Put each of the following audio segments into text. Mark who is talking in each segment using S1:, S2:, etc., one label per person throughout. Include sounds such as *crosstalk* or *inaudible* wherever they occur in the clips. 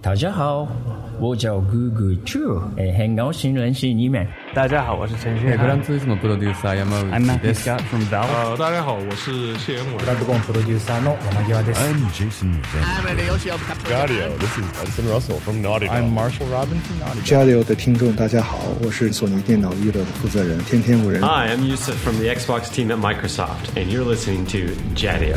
S1: 大家好，我叫 Google Chu，哎，很高兴认识你们。
S2: 大家好，我是陈旭
S3: グラ
S2: 涵
S3: ン。ツーリスモプロデューサー山
S2: I'm
S3: 内
S2: Matthew
S3: です。
S2: Scott from Valve。
S4: 呃，大家好，我是谢元伟。
S5: I'm Jason Rivera.
S6: 交流的听众，大家好，我是索尼电脑娱乐的负责人天天五人。
S7: Hi, I'm Yusuf from the Xbox team at Microsoft, and you're listening to Jadio.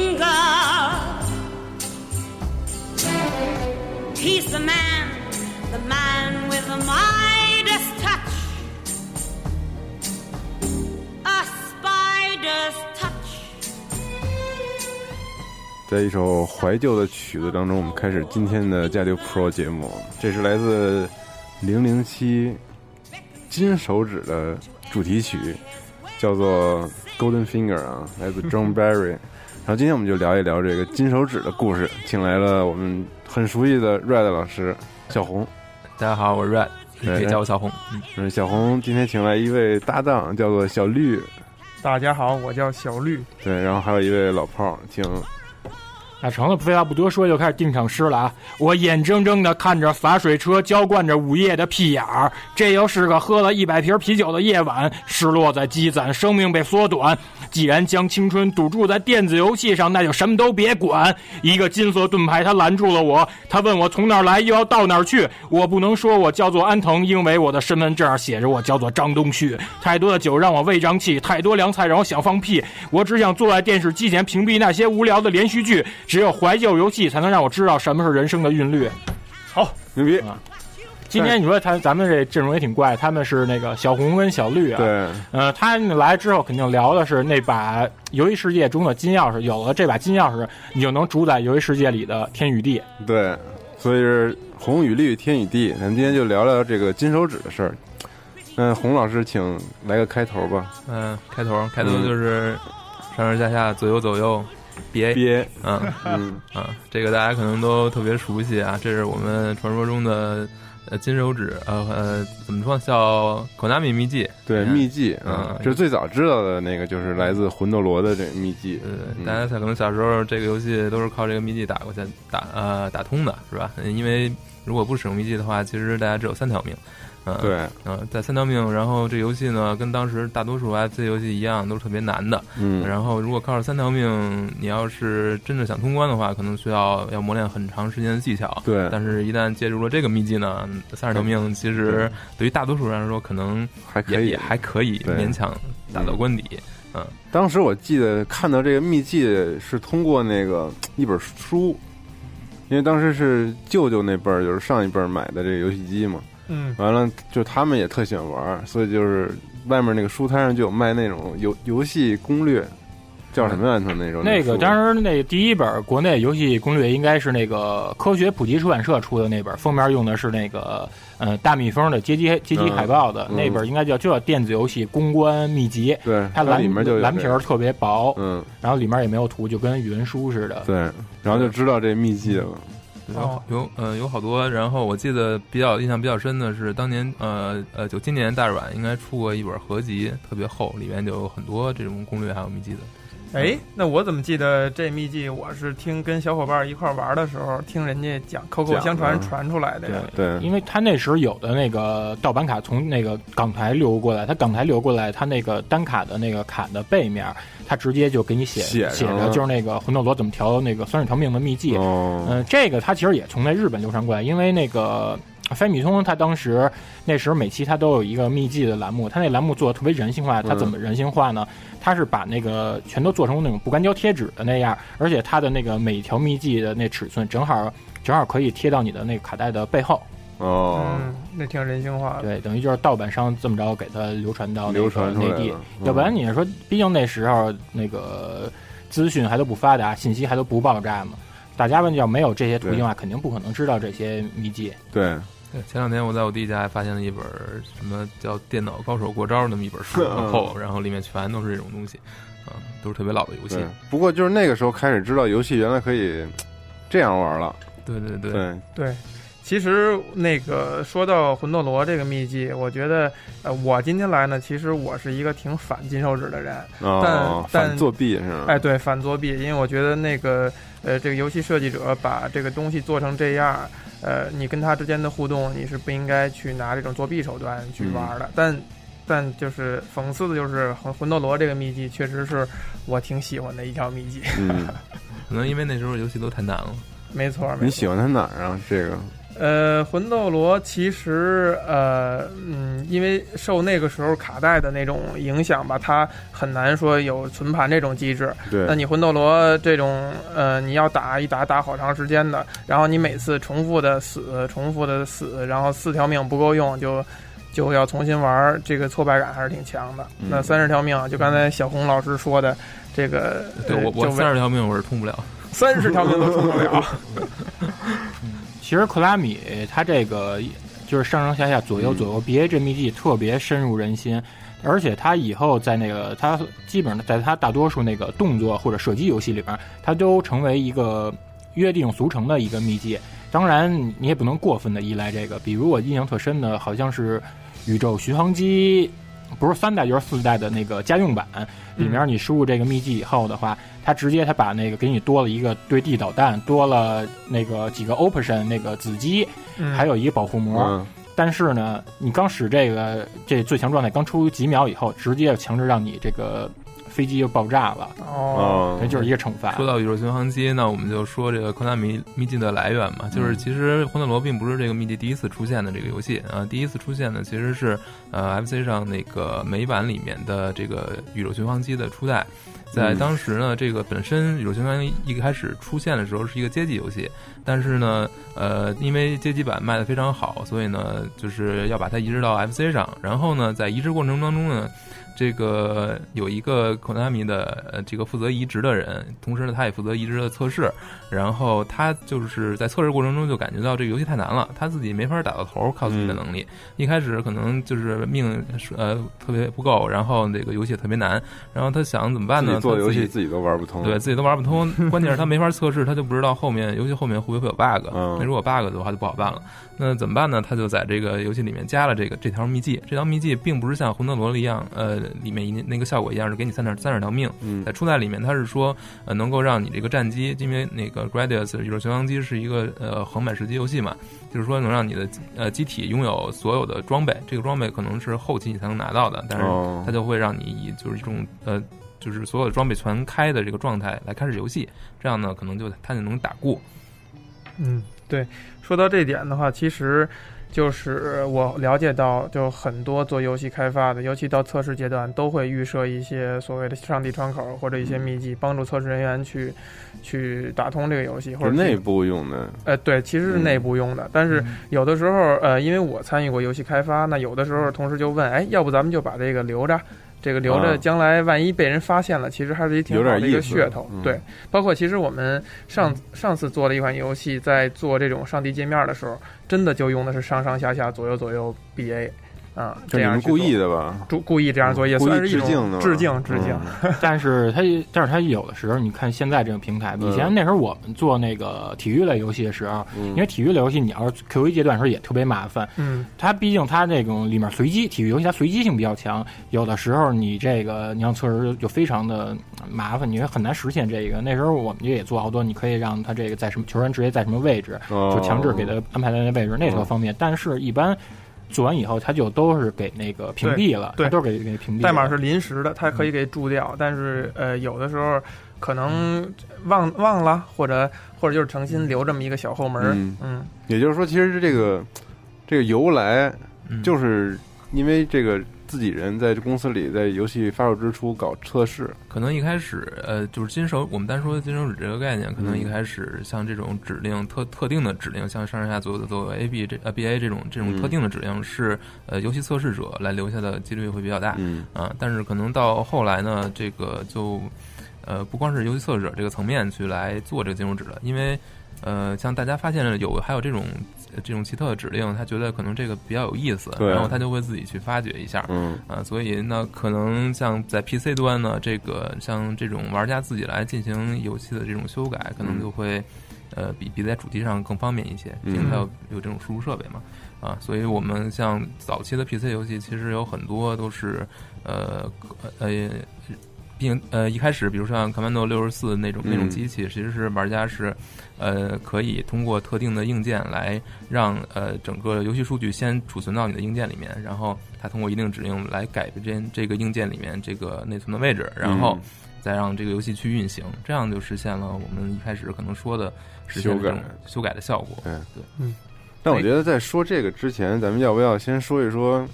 S8: Goldfinger. He's the man, the man with the Midas touch. A spider's touch.
S9: 在一首怀旧的曲子当中，我们开始今天的《加六 Pro》节目。这是来自零零七金手指的主题曲，叫做《Golden Finger》啊，来自 John Barry。然后今天我们就聊一聊这个金手指的故事，请来了我们很熟悉的 Red 老师小红。
S3: 大家好，我是 Red，你可以
S9: 对
S3: 叫我小红。
S9: 嗯，小红今天请来一位搭档，叫做小绿。
S2: 大家好，我叫小绿。
S9: 对，然后还有一位老炮儿，请
S10: 那成了，废话不多说，就开始定场诗了啊！我眼睁睁地看着洒水车浇灌着午夜的屁眼儿，这又是个喝了一百瓶啤酒的夜晚，失落在积攒，生命被缩短。既然将青春赌注在电子游戏上，那就什么都别管。一个金色盾牌，他拦住了我，他问我从哪儿来，又要到哪儿去。我不能说我叫做安藤，因为我的身份证上写着我叫做张东旭。太多的酒让我胃胀气，太多凉菜让我想放屁。我只想坐在电视机前屏蔽那些无聊的连续剧。只有怀旧游戏才能让我知道什么是人生的韵律。
S9: 牛逼。
S10: 今天你说他咱们这阵容也挺怪，他们是那个小红跟小绿啊。，
S9: 对，
S10: 呃，他们来之后肯定聊的是那把游戏世界中的金钥匙。有了这把金钥匙，你就能主宰游戏世界里的天与地。
S9: 对，所以是红与绿，天与地。咱们今天就聊聊这个金手指的事儿。嗯，红老师，请来个开头吧。
S3: 嗯，开头开头就是上上下下左右左右，别
S9: 憋，
S3: 嗯
S9: 嗯，
S3: 啊，这个大家可能都特别熟悉啊，这是我们传说中的呃金手指，呃呃，怎么说叫 Konami 秘籍？
S9: 对，
S3: 嗯
S9: 秘技啊
S3: 嗯，
S9: 这最早知道的那个就是来自魂斗罗的这个秘技。
S3: 对，
S9: 嗯
S3: 大家可能小时候这个游戏都是靠这个秘籍打过去打呃打通的，是吧？因为如果不使用秘籍的话，其实大家只有三条命。嗯，
S9: 对，
S3: 嗯、在三条命，然后这游戏呢，跟当时大多数 FC 游戏一样，都是特别难的。
S9: 嗯，
S3: 然后如果靠着三条命，你要是真的想通关的话，可能需要要磨练很长时间的技巧。
S9: 对
S3: 但是一旦借助了这个秘籍呢，三十条命其实对于大多数人来说，可能
S9: 还可
S3: 也
S9: 以
S3: 也。还可以
S9: 对嗯
S3: 勉强打到关底。
S9: 当时我记得看到这个秘技是通过那个一本书，因为当时是舅舅那辈儿，就是上一辈儿买的这个游戏机嘛。
S2: 嗯，
S9: 完了，就他们也特喜欢玩儿，所以就是外面那个书摊上就有卖那种游游戏攻略，叫什么呀？安藤那种
S10: 那个
S9: 书
S10: 当时那第一本国内游戏攻略应该是那个科学普及出版社出的那本，封面用的是那个呃大蜜蜂的街机街机
S9: 嗯
S10: 海报的、
S9: 嗯
S10: 那本，应该叫就叫电子游戏公关秘籍。
S9: 对，
S10: 它蓝
S9: 里面就有
S10: 蓝
S9: 这
S10: 皮
S9: 个
S10: 儿特别薄，
S9: 嗯，
S10: 然后里面也没有图，就跟语文书似的。
S9: 对，然后就知道这秘籍了，
S3: 有有呃有好多，然后我记得比较印象比较深的是当年呃呃九七年大软应该出过一本合集，特别厚，里面就有很多这种攻略还有秘籍的。
S2: 哎，那我怎么记得这秘籍我是听跟小伙伴一块儿玩的时候，听人家讲口口相传
S9: 讲的
S2: 传出来的呀。
S9: 对，
S10: 因为他那时候有的那个盗版卡从那个港台流过来，他港台流过来，他那个单卡的那个卡的背面，他直接就给你写
S9: 写上
S10: 写
S9: 了
S10: 着就是那个魂斗罗怎么调那个三十条命的秘籍。
S9: 哦，
S10: 嗯，这个它其实也从那日本流传过来，因为那个飞米通，它当时那时候每期它都有一个秘籍的栏目，它那栏目做的特别人性化。它怎么人性化呢？它是把那个全都做成那种不干胶贴纸的那样，而且它的那个每一条秘籍的那尺寸正好正好可以贴到你的那个卡带的背后。
S9: 哦，
S2: 嗯，那挺人性化的。
S10: 对，等于就是盗版商这么着给它流传到那
S9: 啊流
S10: 个
S9: 传出来
S10: 内地
S9: 了，嗯
S10: 要不然你说，毕竟那时候那个资讯还都不发达，信息还都不爆炸嘛，大家们要没有这些途径的话，肯定不可能知道这些秘籍。
S9: 对，
S3: 对，前两天我在我弟家还发现了一本什么叫《电脑高手过招》那么一本书，
S9: 嗯
S3: 很厚，然后里面全都是这种东西，啊、都是特别老的游戏
S9: 对。。不过就是那个时候开始知道游戏原来可以这样玩了。
S3: 对对对
S9: 对，
S2: 对，其实那个说到魂斗罗这个秘籍，我觉得，呃，我今天来呢，其实我是一个挺反金手指的人，
S9: 哦，
S2: 但
S9: 反
S2: 但
S9: 作弊是吗？
S2: 哎，对，反作弊，因为我觉得那个呃，这个游戏设计者把这个东西做成这样，呃，你跟他之间的互动，你是不应该去拿这种作弊手段去玩儿的。但但就是讽刺的就是魂魂斗罗这个秘籍，确实是我挺喜欢的一条秘籍。
S9: 嗯，
S3: 可能因为那时候游戏都太难了。
S2: 没错，没错。
S9: 你喜欢它哪儿啊？这个
S2: 呃，魂斗罗其实呃，嗯，因为受那个时候卡带的那种影响吧，它很难说有存盘这种机制。
S9: 对
S2: 那你魂斗罗这种呃，你要打一打打好长时间的，然后你每次重复的死，重复的死，然后四条命不够用就。就要重新玩儿，这个挫败感还是挺强的。
S3: 嗯
S2: 那三十条命，就刚才小红老师说的，这个呃
S3: 对我我三十条命我是通不了。
S2: 三十条命都充不
S3: *laughs*
S2: 了。
S10: 其实克拉米它这个就是上上下下左右左右 BA 这秘籍特别深入人心，而且它以后在那个它基本上在它大多数那个动作或者射击游戏里边，它都成为一个约定俗成的一个秘籍。当然，你也不能过分的依赖这个。比如我印象特深的，好像是宇宙巡航机，不是三代就是四代的那个家用版，里面你输入这个秘籍以后的话，它直接它把那个给你多了一个对地导弹，多了那个几个 option 那个子机，
S2: 嗯
S10: 还有一个保护膜。
S9: 嗯
S10: 但是呢，你刚使这个这最强状态刚出几秒以后，直接强制让你这个飞机就爆炸了，
S9: 嗯
S2: 哦
S10: 这就是一个惩罚。
S3: 说到宇宙巡航机，那我们就说这个科纳米秘籍的来源嘛，就是其实《魂斗罗》并不是这个秘籍第一次出现的这个游戏啊，第一次出现的其实是呃 FC 上那个美版里面的这个宇宙巡航机的初代。在
S9: 嗯
S3: 当时呢，这个本身宇宙巡航一开始出现的时候是一个街机游戏，但是呢，呃，因为街机版卖的非常好，所以呢，就是要把它移植到 FC 上。然后呢，在移植过程当中呢，这个有一个 Konami 的呃这个负责移植的人，同时呢，他也负责移植的测试。然后他就是在测试过程中就感觉到这个游戏太难了，他自己没法打到头，靠自己的能
S9: 嗯
S3: 力。一开始可能就是命呃特别不够，然后那个游戏也特别难，然后他想怎么办
S9: 自
S3: 呢？
S9: 己做
S3: 他
S9: 游戏
S3: 己
S9: 自己都玩不通。
S3: 对自己都玩不
S9: *laughs*
S3: 通，关键是他没法测试，他就不知道后面游戏后面会不会有 bug。那
S9: 嗯
S3: 如果 bug 的话就不好办了。那怎么办呢？他就在这个游戏里面加了这个这条秘籍。这条秘籍并不是像魂斗罗一样，呃，里面一那个效果一样是给你三点三十条命。
S9: 嗯
S3: 在初代里面，它是说呃能够让你这个战机，因为那个 Gradius 宇宙巡航机是一个呃横版射击游戏嘛，就是说能让你的呃机体拥有所有的装备，这个装备可能是后期你才能拿到的，但是
S9: 哦
S3: 它就会让你以就是一种呃。就是所有的装备全开的这个状态来开始游戏，这样呢，可能就它就能打过。
S2: 嗯，对，说到这点的话，其实就是我了解到，就很多做游戏开发的，尤其到测试阶段，都会预设一些所谓的上帝窗口或者一些秘籍，帮助测试人员去去打通这个游戏，或
S9: 是
S2: 者
S9: 内
S2: 去
S9: 部用的。
S2: 呃，对，其
S9: 嗯
S2: 实是内部用的，但是有的时候，呃，因为我参与过游戏开发，那有的时
S9: 嗯
S2: 候同事就问，哎，要不咱们就把这个留着，这个留
S9: 啊
S2: 着，将来万一被人发现了，其实还是一挺
S9: 有点
S2: 好的一个
S9: 意思
S2: 噱头。
S9: 嗯
S2: 对，包括其实我们上上次做了一款游戏，在做这种上帝界面的时候，真的就用的是上上下下左右左右 BA，啊、
S9: 就
S2: 这
S9: 你
S2: 样
S9: 们
S2: 去
S9: 故意
S2: 做。
S9: 的吧？
S2: 故故意这样做也
S9: 故意
S2: 算是一
S9: 致
S2: 种
S9: 敬的吧
S2: 致敬致敬，
S10: 但是它，但是它有的时候，你看现在这个平台，
S3: 嗯
S10: 以前那时候我们做那个体育类游戏的时候，因为体育类游戏你要是 Q 一阶段的时候也特别麻烦，
S2: 嗯，
S10: 它毕竟它那种里面随机，体育游戏它随机性比较强，有的时候你这个你让测试就非常的麻烦，你也很难实现这个。那时候我们也做好多，你可以让它这个在什么球员直接在什么位置，
S9: 哦
S10: 就强制给它安排在那位置，那特方便。但是一般做完以后，它就都是给那个屏蔽了，
S2: 对
S10: 它都是给给屏蔽了。
S2: 代码是临时的，它可以给注
S10: 嗯
S2: 掉，但是呃，有的时候可能忘忘了，或者或者就是诚心留这么一个小后门儿。
S9: 嗯
S2: 嗯，
S9: 也就是说，其实这个这个由来就是因为这个自己人在公司里在游戏发售之初搞测试，
S3: 可能一开始呃就是金手，我们单说金手指这个概念，可能一开始像这种指令特特定的指令，像上下左右左右 A B 这呃 B A 这种这种特定的指令是呃游戏测试者来留下的几率会比较大，
S9: 嗯
S3: 啊，但是可能到后来呢，这个就呃不光是游戏测试者这个层面去来做这个金手指了，因为呃像大家发现了有还有这种。呃这种奇特的指令，他觉得可能这个比较有意思，
S9: 对
S3: 然后他就会自己去发掘一下。
S9: 嗯
S3: 啊，所以那可能像在 PC 端呢，这个像这种玩家自己来进行游戏的这种修改，可能就会、呃比比在主机上更方便一些，
S9: 嗯
S3: 毕竟它有有这种输入设备嘛。啊，所以我们像早期的 PC 游戏，其实有很多都是呃呃。并呃一开始，比如像 Commando 六十四那种那种
S9: 嗯
S3: 机器，其实是玩家是，呃，可以通过特定的硬件来让呃整个游戏数据先储存到你的硬件里面，然后它通过一定指令来改变这这个硬件里面这个内存的位置，然后
S9: 嗯
S3: 再让这个游戏去运行，这样就实现了我们一开始可能说的实现
S9: 修
S3: 这
S9: 改
S3: 种修改的效果。
S9: 对
S3: 对，
S2: 嗯。
S9: 但我觉得在说这个之前，咱们要不要先说一说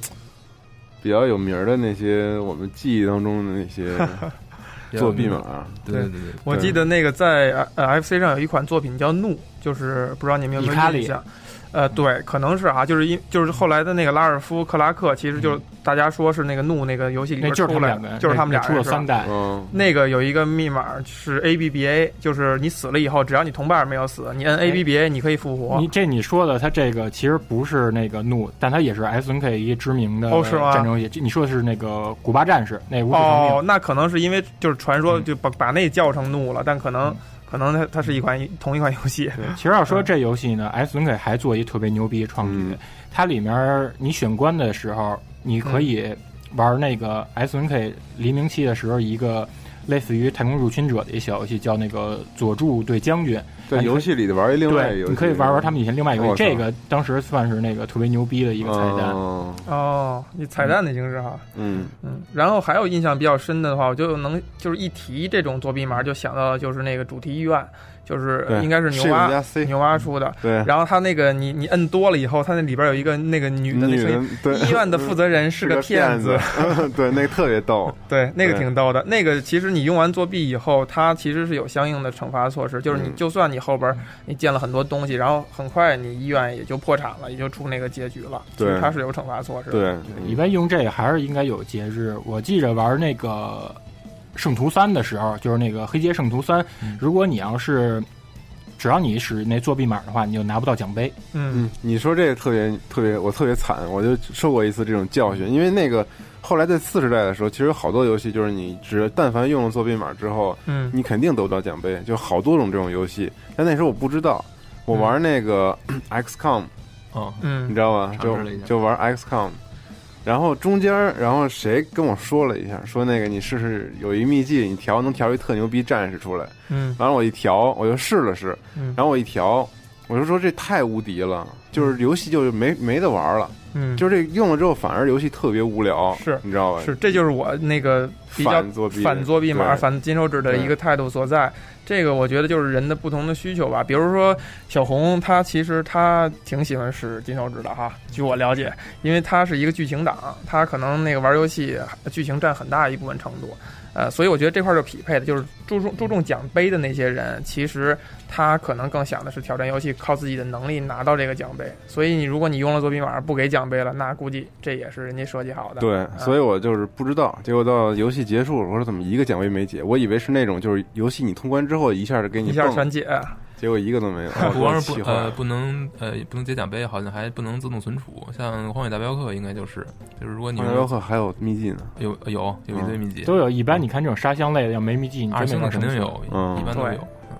S9: 比较有名儿的那些我们记忆当中的那些作弊码啊？
S3: 嗯对对对对
S2: 我记得那个在呃 FC 上有一款作品叫《怒》，就是不知道你们有没有印
S10: 伊卡嗯
S2: 象？呃，对，可能是啊，就是因就是后来的那个拉尔夫·克拉克，其实就是大家说是那个《怒》那个游戏里边
S10: 嗯那就是
S2: 出
S10: 他们
S2: 来
S10: 两个，
S2: 就是他们俩
S10: 那出了
S2: 人是吧哦
S10: 三代，
S9: 嗯，
S2: 那个有一个密码是 ABBA，就是你死了以后，只要你同伴没有死，你摁 ABBA 你可以复活
S10: 哎你。这你说的，它这个其实不是那个怒，但它也是 S N K 一知名的
S2: 哦是吗
S10: 战争游戏。这你说的是那个古巴战士，那无指成
S2: 哦
S10: 命，
S2: 那可能是因为就是传
S9: 嗯
S2: 说就把把那叫成怒了，但可能可能它它是一款同一款游戏。
S10: 其实要
S9: 嗯
S10: 说这游戏呢，S N K 还做一特别牛逼的创举，它里面你选关的时候，你可以
S9: 嗯
S10: 玩那个 S N K 黎明期的时候一个。类似于太空入侵者的一小游戏，叫那个佐助对将军。
S9: 在游戏里的玩一另外一
S10: 对，
S9: 游戏，
S10: 你可以玩玩他们以前另外一个游
S9: 我
S10: 戏。
S9: 操
S10: 这个当时算是那个特别牛逼的一个彩蛋。
S9: 嗯
S2: 哦，你彩蛋的形式哈。
S9: 嗯
S2: 嗯，然后还有印象比较深的话，我就能就是一提这种作弊码，就想到的就是那个主题医院，就是
S9: 对
S2: 应该是牛
S9: 是我们家
S2: 蛙
S9: C 嗯
S2: 牛蛙出的。
S9: 对
S2: 然后他那个你你摁多了以后，他那里边有一个那个女的那
S9: 女
S2: 声
S9: 人
S2: 音，
S9: 对
S2: 医院的负责人是
S9: *laughs* 个
S2: 骗
S9: 子， *laughs* 对，那个特别逗，
S2: 对，那个
S9: 对
S2: 挺逗的。那个其实你用完作弊以后，它其实是有相应的惩罚措施，就是你
S9: 嗯
S2: 就算你后边你建了很多东西，然后很快你医院也就破产了，也就出那个结局了。
S9: 对
S2: 其实它是有惩罚措施的。
S9: 对，
S10: 一般用这个还是应该有节制。我记着玩那个圣徒三的时候，就是那个黑街圣徒三，
S3: 嗯
S10: 如果你要是只要你使那作弊码的话，你就拿不到奖杯。
S2: 嗯，
S9: 嗯，你说这个特别特别，我特别惨，我就受过一次这种教训，因为那个后来在四十代的时候，其实有好多游戏就是你只但凡用了作弊码之后，
S2: 嗯
S9: 你肯定得不到奖杯，就好多种这种游戏，但那时候我不知道，我玩那个 *clears throat* XCOM，
S3: 哦，
S2: 嗯
S9: 你知道吗？
S3: 尝
S9: 就
S3: 试了一下
S9: 就玩 XCOM，然后中间儿，然后谁跟我说了一下，说那个你试试有一秘技，你调能调一特牛逼战士出来。
S2: 嗯
S9: 完了我一调，我就试了试，
S2: 嗯
S9: 然后我一调，我就说这太无敌了，就是游戏就是没没得玩了，
S2: 嗯，
S9: 就是这用了之后反而游戏特别无聊，
S2: 是
S9: 你知道吧？啊
S2: 是，这就是我那个比较
S9: 反作弊
S2: 反作弊码、
S9: 对
S2: 反金手指的一个态度所在。这个我觉得就是人的不同的需求吧。比如说小红，她其实她挺喜欢使金手指的哈。据我了解，因为她是一个剧情党，她可能那个玩游戏剧情占很大一部分程度。呃，所以我觉得这块儿就匹配的，就是注重注重奖杯的那些人，其实他可能更想的是挑战游戏，靠自己的能力拿到这个奖杯。所以你如果你用了作弊码不给奖杯了，那估计这也是人家设计好的。
S9: 对，
S2: 啊
S9: 所以我就是不知道，结果到游戏结束，我说怎么一个奖杯没解？我以为是那种就是游戏你通关之后一下就给你
S2: 一下
S9: 蹦
S2: 全解。啊
S9: 结果一个都没有，
S3: 不光是
S9: 我气
S3: 不
S9: 坏
S3: 呃
S9: 了。
S3: 不能呃不能解奖杯，好像还不能自动存储。像《荒野大镖客》应该就是，就是如果你
S9: 荒野镖客还有秘技呢，
S3: 有有有一堆秘籍，
S10: 都有一般你看这种沙箱类的，要没秘籍，你
S3: 二
S10: 真
S3: 星
S10: 没
S3: 的
S10: 法
S3: 肯
S10: 生
S3: 定
S10: 存
S3: 有，
S9: 嗯
S3: 一般都
S2: 对
S3: 有。嗯，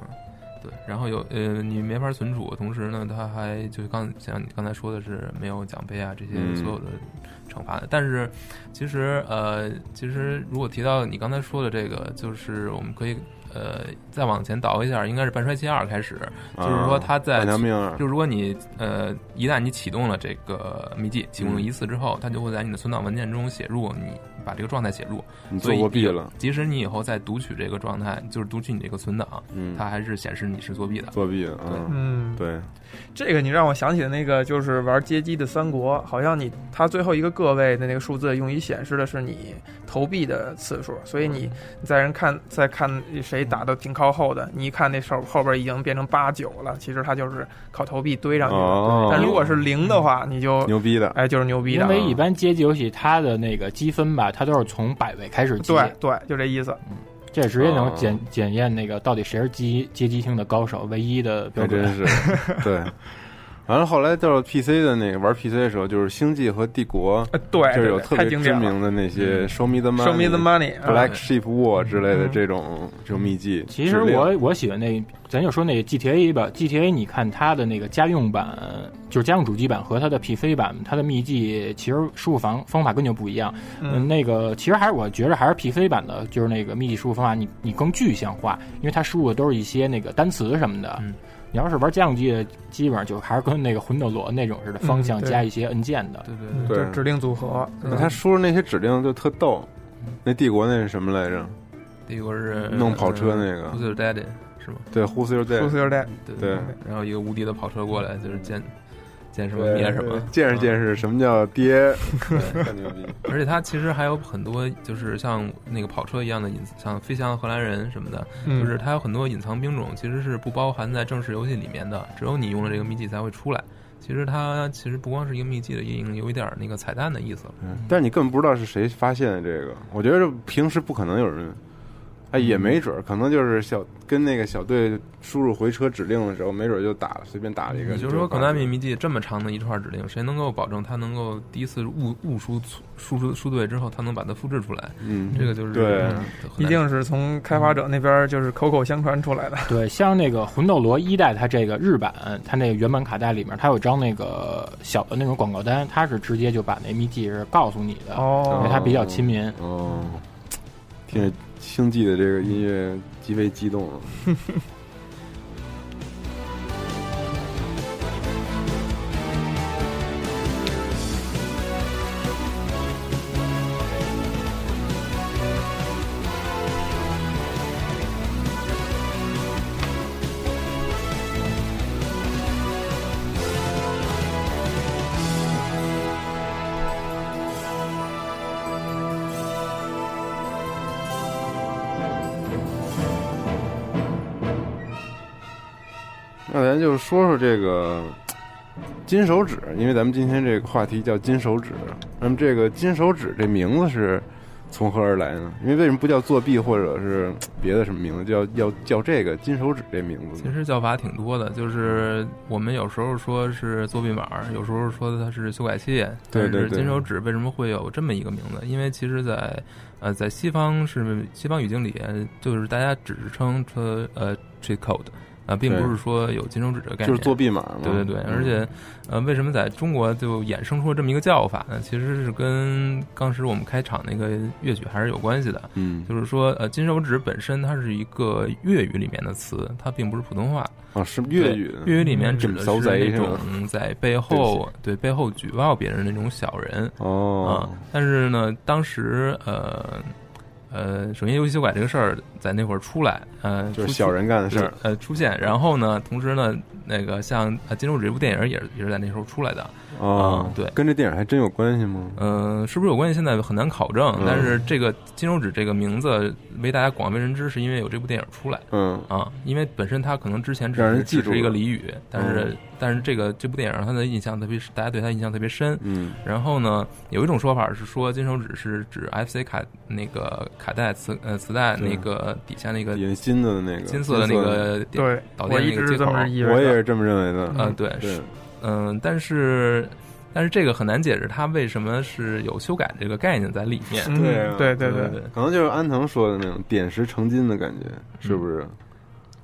S3: 对，然后有呃，你没法存储，同时呢，它还就刚像你刚才说的是没有奖杯啊这些
S9: 嗯
S3: 所有的惩罚的。但是其实呃，其实如果提到你刚才说的这个，就是我们可以。呃，再往前倒一下，应该是《半衰期二》开始，就是说它在，
S9: 啊半条命二
S3: 就如果你呃一旦你启动了这个秘技，启动
S9: 嗯
S3: 了一次之后，它就会在你的存档文件中写入，你把这个状态写入，
S9: 你
S3: 所以
S9: 做过弊了
S3: 即使你以后再读取这个状态，就是读取你这个存档，
S9: 嗯
S3: 它还是显示你是作弊的。
S9: 作弊了，
S2: 嗯，
S9: 对，
S2: 这个你让我想起了那个，就是玩街机的三国，好像你它最后一个个位的那个数字用于显示的是你投币的次数，所以你在人看在看谁打的挺靠后的，你一看那手后边已经变成八九了，其实它就是靠投币堆上去的。
S9: 哦
S2: 但如果是零的话，你就
S9: 牛逼的，
S2: 哎，就是牛逼的
S10: 因。为一般街机游戏它的那个积分吧，它都是从百位开始积，
S2: 对对，就这意思。
S10: 这直接能
S9: 哦
S10: 检检验那个到底谁是机街机厅的高手，唯一的标
S9: 还
S3: 哎
S10: 准
S9: 真。是，
S2: *laughs*
S9: 对。完了，后来到了 PC 的那个玩 PC 的时候，就是《星际》和《帝国》，
S2: 呃对
S9: 就是有
S2: 对对
S9: 特
S2: 太
S9: 别
S2: 经
S9: 知
S2: 典了嗯
S9: 名的那些 “Show me the money”、
S2: Show me the money，啊嗯
S9: Black Sheep War” 之类的这种这种秘籍。
S10: 其实我我喜欢那，咱就说那 GTA 吧，GTA 你看它的那个家用版，就是家用主机版和它的 PC 版，它的秘籍其实输入方方法根本就不一样。
S2: 嗯
S10: 那个其实还是我觉着还是 PC 版的，就是那个秘籍输入方法你你更具象化，因为它输入的都是一些那个单词什么的。
S2: 嗯
S10: 你要是玩家用机的，基本上就还是跟那个魂斗罗那种似的，方向
S2: 嗯对
S10: 加一些按键的。
S3: 对对
S2: 嗯
S9: 对
S2: 就指定组合，嗯
S9: 他说的那些指令就特逗。那帝国那是什么来着？
S3: 帝国是
S9: 弄跑车那个
S3: 呃，Who's your daddy 是吗？
S9: 对，Who's your dad？
S2: Who's your dad？
S3: 对
S9: 对
S3: 然后一个无敌的跑车过来，就是见见什么
S9: 对
S3: 灭什么，嗯
S9: 见识见识什么叫
S3: *laughs*
S9: 爹， *laughs* 太牛逼！
S3: 而且它其实还有很多，就是像那个跑车一样的隐，像飞翔荷兰人什么的，
S2: 嗯
S3: 就是它有很多隐藏兵种，其实是不包含在正式游戏里面的，只有你用了这个秘籍才会出来。其实它其实不光是一个秘籍的，也有一点那个彩蛋的意思了。
S2: 嗯
S9: 但是你根本不知道是谁发现的这个。我觉得平时不可能有人，哎，
S3: 嗯
S9: 也没准儿，可能就是小跟那个小队输入回车指令的时候，没准儿就打了，随便打了一个。
S3: 也就是说，可纳米秘籍这么长的一串指令，谁能够保证它能够第一次误误输输出输对之后，它能把它复制出来？
S9: 嗯
S3: 这个就是
S9: 对
S3: 很难
S2: 一定是从开发者那边就是口口相传出来的。
S10: 对，像那个魂斗罗一代，它这个日版，它那个原版卡带里面，它有张那个呃小的那种广告单，它是直接就把那秘籍是告诉你的，
S2: 哦
S10: 因为它比较亲民。
S9: 哦，听着星际的这个音乐极为激动啊了。那咱就说说这个金手指，因为咱们今天这个话题叫金手指。那么这个金手指这名字是从何而来呢？因为为什么不叫作弊或者是别的什么名字，叫要叫这个金手指这名字
S3: 其
S9: 呢？
S3: 实叫法挺多的，就是我们有时候说是作弊码，有时候说它是修改器。
S9: 对对
S3: 但是
S9: 对
S3: 金手指为什么会有这么一个名字？因为其实在，呃，在西方是西方语境里，就是大家只是称它呃 cheat code，呃，并
S9: 对
S3: 不是说有金手指这个概念，
S9: 就是作弊码嘛
S3: 对对对，
S9: 嗯
S3: 而且呃，为什么在中国就衍生出了这么一个叫法呢？其实是跟当时我们开场那个乐曲还是有关系的。
S9: 嗯
S3: 就是说，呃，金手指本身它是一个粤语里面的词，它并不是普通话。
S9: 啊，是粤语嗯
S3: 对粤语里面指的
S9: 小
S3: 是
S9: 贼
S3: 那
S9: 是吧
S3: 种在背后对背后举报别人的那种小人。
S9: 哦
S3: 啊，但是呢，当时呃呃，首先游戏修改这个事儿在那会儿出来，呃，
S9: 就是
S3: 出
S9: 小人干的事儿
S3: 呃出现。然后呢，同时呢，那个像《呃金手指》这部电影也是也是在那时候出来的。
S9: 哦
S3: 啊，对，
S9: 跟这电影还真有关系吗？
S3: 嗯、是不是有关系？现在很难考证
S9: 嗯。
S3: 但是这个“金手指”这个名字为大家广为人知，是因为有这部电影出来。
S9: 嗯
S3: 啊，因为本身它可能之前只
S9: 让人
S3: 是
S9: 记
S3: 只
S9: 住
S3: 是一个
S9: 了
S3: 俚语，但是、
S9: 嗯
S3: 但是这个这部电影它的印象特别，大家对它印象特别深。
S9: 嗯，
S3: 然后呢，有一种说法是说金手指是指 FC 卡那个卡带磁呃磁带
S9: 对
S3: 那个底下那个
S9: 也是金的那个
S3: 金色的那个
S9: 金色的
S3: 点导电那个接口，
S9: 我也是这么认为的。
S3: 呃，对，
S9: 对
S3: 是，嗯、但是但是这个很难解释它为什么是有修改这个概念在里面。
S9: 对啊
S2: 嗯对对
S3: 对对，
S9: 可能就是安藤说的那种点石成金的感觉，是不是？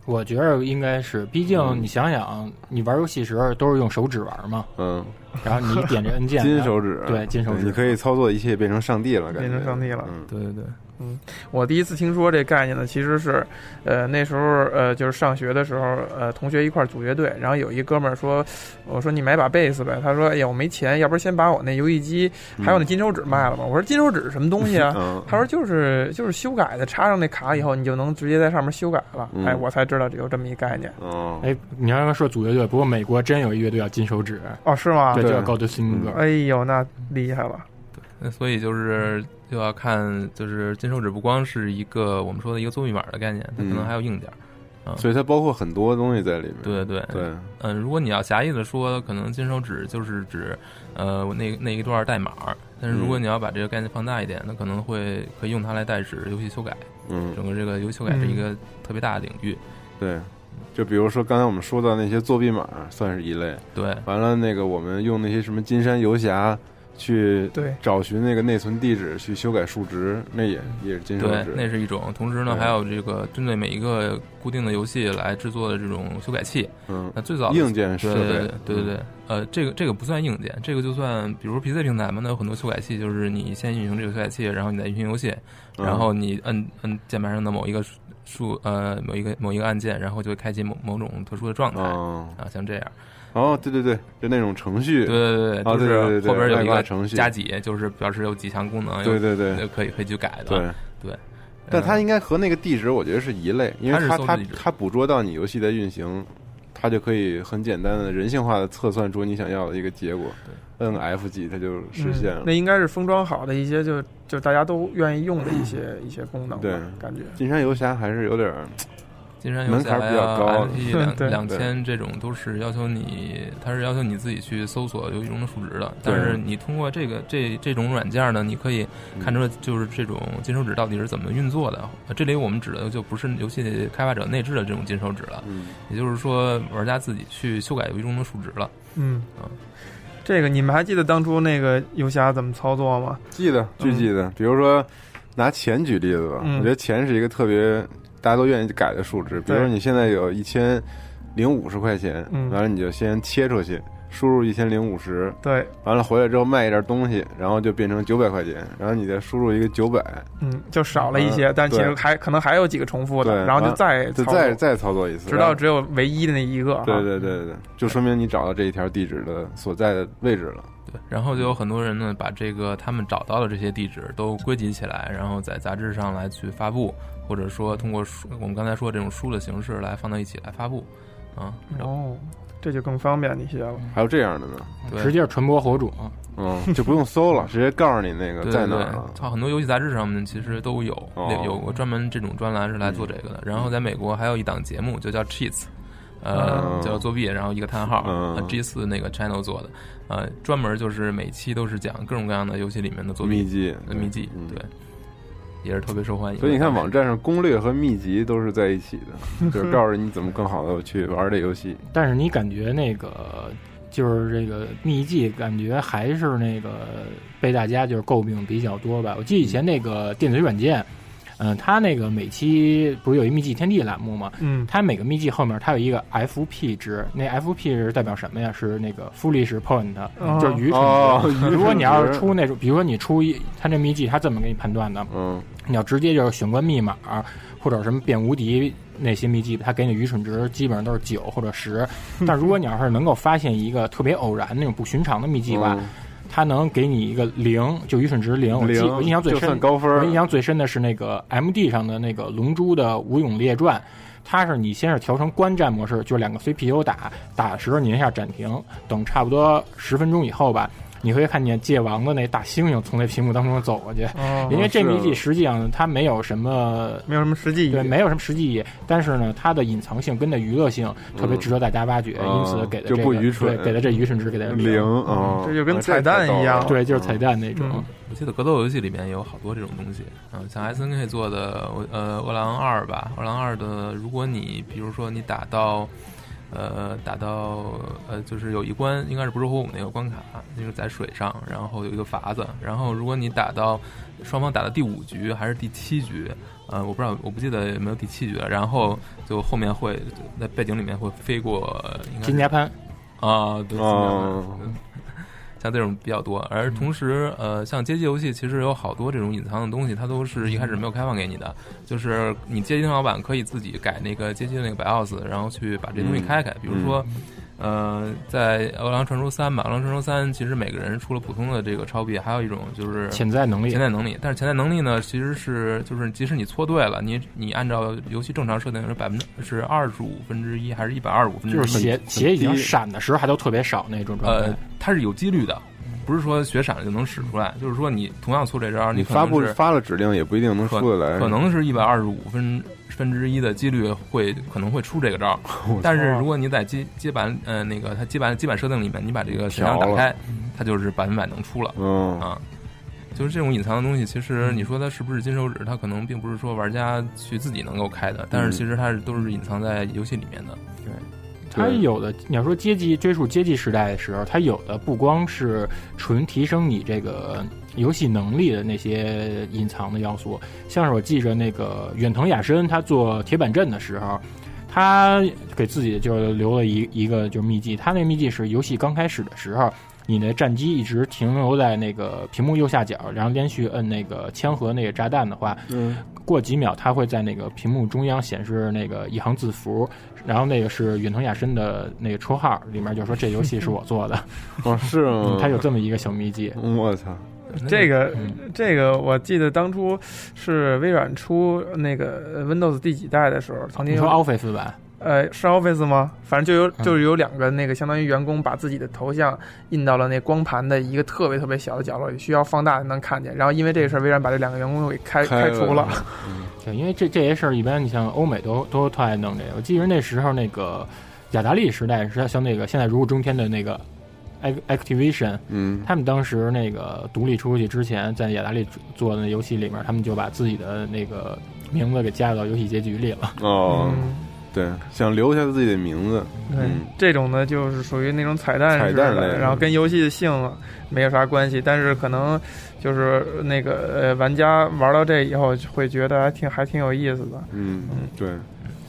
S10: 我觉着应该是，毕竟你想想，你玩游戏时候都是用手指玩嘛，
S9: 嗯，
S10: 然后你点这按键，
S9: 金
S10: 然后
S9: 手指，
S10: 对，金手指
S9: 你可以操作一切变成上帝了，感觉
S2: 变成上帝了
S9: 嗯
S3: 对对对，
S2: 嗯，我第一次听说这概念呢，其实是，呃，那时候呃就是上学的时候，呃，同学一块儿组乐队，然后有一哥们儿说，我说你买把贝斯呗，他说，哎呀，我没钱，要不然先把我那游戏机嗯还有那金手指卖了吧。我说金手指是什么东西啊？
S9: 嗯
S2: 他说就是就是修改的，插上那卡以后，你就能直接在上面修改了。
S10: 嗯
S2: 哎，我才知道有这么一概念。
S9: 哦，
S10: 哎，你要说组乐队，不过美国真有一乐队叫金手指，
S2: 哦，是
S9: 啊
S2: 吗？
S10: 对，叫 Gold Finger。
S9: 嗯
S2: 哎呦，那厉害了。
S3: 那所以就是就要看，就是金手指不光是一个我们说的一个做密码的概念，它可能
S9: 嗯
S3: 还有硬件儿。啊，
S9: 所以它包括很多东西在里面。
S3: 对对
S9: 对，
S3: 嗯，如果你要狭义的说，可能金手指就是指呃那那一段代码，但是如果
S9: 嗯
S3: 你要把这个概念放大一点，那可能会可以用它来代指游戏修改。
S9: 嗯
S3: 整个这个游戏修改是一个特别大的领域。
S9: 对，就比如说刚才我们说到那些作弊码，算是一类。
S3: 对，
S9: 完了那个我们用那些什么金山游侠去
S2: 对
S9: 找寻那个内存地址去修改数值，那也也是金手
S3: 对
S9: 指，。
S3: 那是一种。同时呢，
S9: 对
S3: 还有这个针对每一个固定的游戏来制作的这种修改器。
S9: 嗯
S3: 那最早的
S9: 硬件设
S3: 对
S9: 备
S3: 对对对对
S9: 嗯
S3: 对，呃，这个这个不算硬件，这个就算比如 PC 平台嘛，那有很多修改器，就是你先运行这个修改器，然后你再运行游戏，
S9: 嗯
S3: 然后你摁摁键盘上的某一个数数呃某一个某一个按键，然后就会开启某某种特殊的状态
S9: 嗯
S3: 啊，像这样。
S9: 哦，对对对，就那种程序。
S3: 对对对，
S9: 啊，
S3: 就
S9: 对对对
S3: 是
S9: 对，
S3: 后边有
S9: 外
S3: 一
S9: 挂
S3: 个
S9: 程序
S3: 加几，就是表示有几项功能，
S9: 对
S3: 有
S9: 对对
S3: 呃可以可以去改的。嗯
S9: 对
S3: 对，
S9: 但它应该和那个地址我觉得是一类，因为
S3: 它是
S9: 它
S3: 搜
S9: 它
S3: 地址
S9: 它捕捉到你游戏的运行，它就可以很简单的人性化的测算出你想要的一个结果。摁 F 几它就实现了
S2: 嗯那。应该是封装好的一些就，就大家都愿意用的一些一些功能吧，
S9: 嗯对，
S2: 感觉。
S9: 金山游侠还是有点儿
S3: 金山游
S9: 门
S3: 侠
S9: 槛
S3: 呀、
S9: 比较高
S3: FE
S9: *laughs* 对
S3: 两两千这种都是要求你，它是要求你自己去搜索游戏中的数值的。但是你通过这个这这种软件呢，你可以看出就是这种金手指到底是怎么运作的。呃这里我们指的就不是游戏开发者内置的这种金手指了，
S9: 嗯
S3: 也就是说玩家自己去修改游戏中的数值了。
S2: 嗯，这个你们还记得当初那个游侠怎么操作吗？
S9: 记得，巨记得。比如说拿钱举例子吧，
S2: 嗯
S9: 我觉得钱是一个特别大家都愿意改的数值。比如说
S2: 对
S9: 你现在有一千零五十块钱，
S2: 嗯
S9: 完了你就先切出去，输入一千零五十，
S2: 对，
S9: 完了回来之后卖一点东西，然后就变成九百块钱，然后你再输入一个九百，
S2: 嗯，就少了一些，
S9: 嗯
S2: 但其实
S9: 对
S2: 还可能还有几个重复
S9: 对
S2: 的，，然后就
S9: 完
S2: 再
S9: 了
S2: 操
S9: 就
S2: 作
S9: 再再操作一次，
S2: 直
S9: 然
S2: 到
S9: 后
S2: 只有唯一的那一个。
S10: 啊
S9: 对对对对对，就说明你找到这一条地址的所在的位置了。
S3: 然后就有很多人呢，把这个他们找到的这些地址都归集起来，然后在杂志上来去发布，或者说通过书我们刚才说这种书的形式来放到一起来发布，啊，
S2: 哦，这就更方便一些了。
S9: 还有这样的呢，
S3: 对
S10: 直接传播火种， *laughs*
S9: 嗯，就不用搜了，直接告诉你那个
S3: 对
S9: 呃
S3: 对
S9: 在哪
S3: 对
S9: 儿啊了。，
S3: 它很多游戏杂志上面其实都有、
S9: 哦
S3: 有过专门这种专栏是来做这个的。然后在美国还有一档节目就叫 Cheats，呃，
S9: 嗯
S3: 叫作弊，然后一个叹号、g 呃四那个 channel 做的，呃，专门就是每期都是讲各种各样的游戏里面的作弊
S9: 秘籍嗯
S3: 呃秘籍，对，也是特别受欢迎。
S9: 所以你看，网站上攻略和秘籍都是在一起的，就是
S10: *laughs*
S9: 告诉你怎么更好的去玩这游戏。
S10: 但是你感觉那个就是这个秘籍，感觉还是那个被大家就是诟病比较多吧。我记得以前那个电子软件，嗯、它那个每期不是有一秘籍天地栏目吗？
S2: 嗯
S10: 它每个秘籍后面它有一个 FP 值，那 FP 值代表什么呀？是那个 foolish point，、
S2: 哦
S10: 就是愚蠢值。
S9: 哦愚蠢值
S10: 如果你要是出那种，比如说你出一，它这秘籍它怎么给你判断的？
S9: 嗯，
S10: 你要直接就是选关密码或者什么变无敌那些秘籍，它给你愚蠢值基本上都是九或者十。
S9: 嗯
S10: 但如果你要是能够发现一个特别偶然那种不寻常的秘籍吧。
S9: 嗯
S10: 它能给你一个零，就愚蠢值零。我记
S9: 零
S10: 我印象最
S9: 就
S10: 深
S9: 算高分儿
S10: 我印象最深的是那个 M D 上的那个《龙珠》的《吴勇列传》，它是你先是调成观战模式，就是两个 C P U 打，打的时候你按下暂停，等差不多十分钟以后吧，你会看见界王的那大猩猩从那屏幕当中走过去。
S2: 哦
S10: 因为这谜
S2: 是
S10: 底实际上它没有什么，
S2: 没有什么实际意义
S10: 对，没有什么实际意义。但是呢，它的隐藏性跟那娱乐性特别值得大家挖掘，
S9: 嗯
S10: 因此给的
S9: 就
S10: 这
S9: 不
S10: 个
S9: 愚蠢
S10: 对给的这愚蠢值给的
S9: 零嗯哦
S10: 嗯
S2: 这就跟彩蛋一样
S10: 对，就是彩蛋那种。
S3: 我记得格斗游戏里面有好多这种东西，嗯，像 S N K 做的，我呃，《饿狼二》吧，《饿狼二》的，如果你比如说你打到，呃，打到呃，就是有一关应该是不是火舞那个关卡，那个在水上，然后有一个筏子，然后如果你打到双方打到第五局还是第七局，呃，我不知道，我不记得有没有第七局了，然后就后面会在
S9: 嗯
S3: 背景里面会飞过，应该是
S10: 金家潘
S3: 啊，对，金家潘
S9: 哦
S3: 嗯像这种比较多。而同时，呃，像街机游戏其实有好多这种隐藏的东西，它都是一开始没有开放给你的。就是你街机老板可以自己改那个街机的那个 BIOS，然后去把这东西开
S10: 嗯
S3: 开。比如说，呃，在《饿狼传说三》吧，《饿狼传说三》其实每个人除了普通的这个钞币，还有一种就是
S10: 潜在能力
S3: 潜在能力。但是潜在能力呢，其实是就是即使你错对了，你你按照游戏正常设定是百分之是二十五分之一还是一百二十五分之一，
S10: 就是血血已经闪的时候还都特别少那种状态。
S3: 呃，它是有几率的，不是说血闪了就能使出来。就是说你同样错这招，
S9: 你
S3: 可能
S9: 发布
S3: 是
S9: 发了指令也不一定能
S3: 可
S9: 出得来，
S3: 可能是一百二十五分分之一的几率会可能会出这个
S9: *laughs*
S3: 招儿但是如果你在基基板呃那个它基板基板设定里面，你把这个选项
S9: 调
S3: 打
S9: 了
S3: 开，它就是百分百能出了。
S9: 嗯
S3: 啊，就是这种隐藏的东西，其实你说它是不是金手指，它可能并不是说玩家去自己能够开的，但是其实它是都是隐藏在游戏里面的。
S10: 对。它有的，你要说阶级追溯阶级时代的时候，它有的不光是纯提升你这个游戏能力的那些隐藏的要素，像是我记着那个远藤雅伸，他做铁板阵的时候，他给自己就留了一一个就是秘籍，他那秘籍是游戏刚开始的时候，你的战机一直停留在那个屏幕右下角，然后连续摁那个枪和那个炸弹的话，
S9: 嗯，
S10: 过几秒它会在那个屏幕中央显示那个一行字符，然后那个是远藤雅伸的那个绰号，里面就说这游戏是我做的，
S9: 哦，是吗
S10: 嗯？他有这么一个小秘籍。
S9: 我操，
S2: 这个这个，我记得当初是微软出那个呃 Windows 第几代的时候，曾经
S10: 你
S2: 有
S10: 说 Office 版，
S2: 呃，是 Office 吗？反正就有
S9: 嗯
S2: 就是有两个那个相当于员工把自己的头像印到了那光盘的一个特别特别小的角落里，需要放大才能看见。然后因为这个事儿，微软把这两个员工给开
S9: 开
S2: 开除了。
S10: 对，因为这这些事儿一般，你像欧美都都特爱弄这个。我记得那时候那个雅达利时代，是像那个现在如日中天的那个 Ac- Activision，
S9: 嗯，
S10: 他们当时那个独立出去之前，在雅达利做的那游戏里面，他们就把自己的那个名字给加到游戏结局里了。
S9: 哦
S2: 嗯，
S9: 对，想留下自己的名字，
S2: 对
S9: 嗯，
S2: 这种呢就是属于那种彩蛋
S9: 彩
S2: 似的，
S9: 蛋类的嗯
S2: 然后跟游戏的性没有啥关系，但是可能就是那个呃玩家玩到这以后会觉得还挺还挺有意思的。
S9: 嗯，对，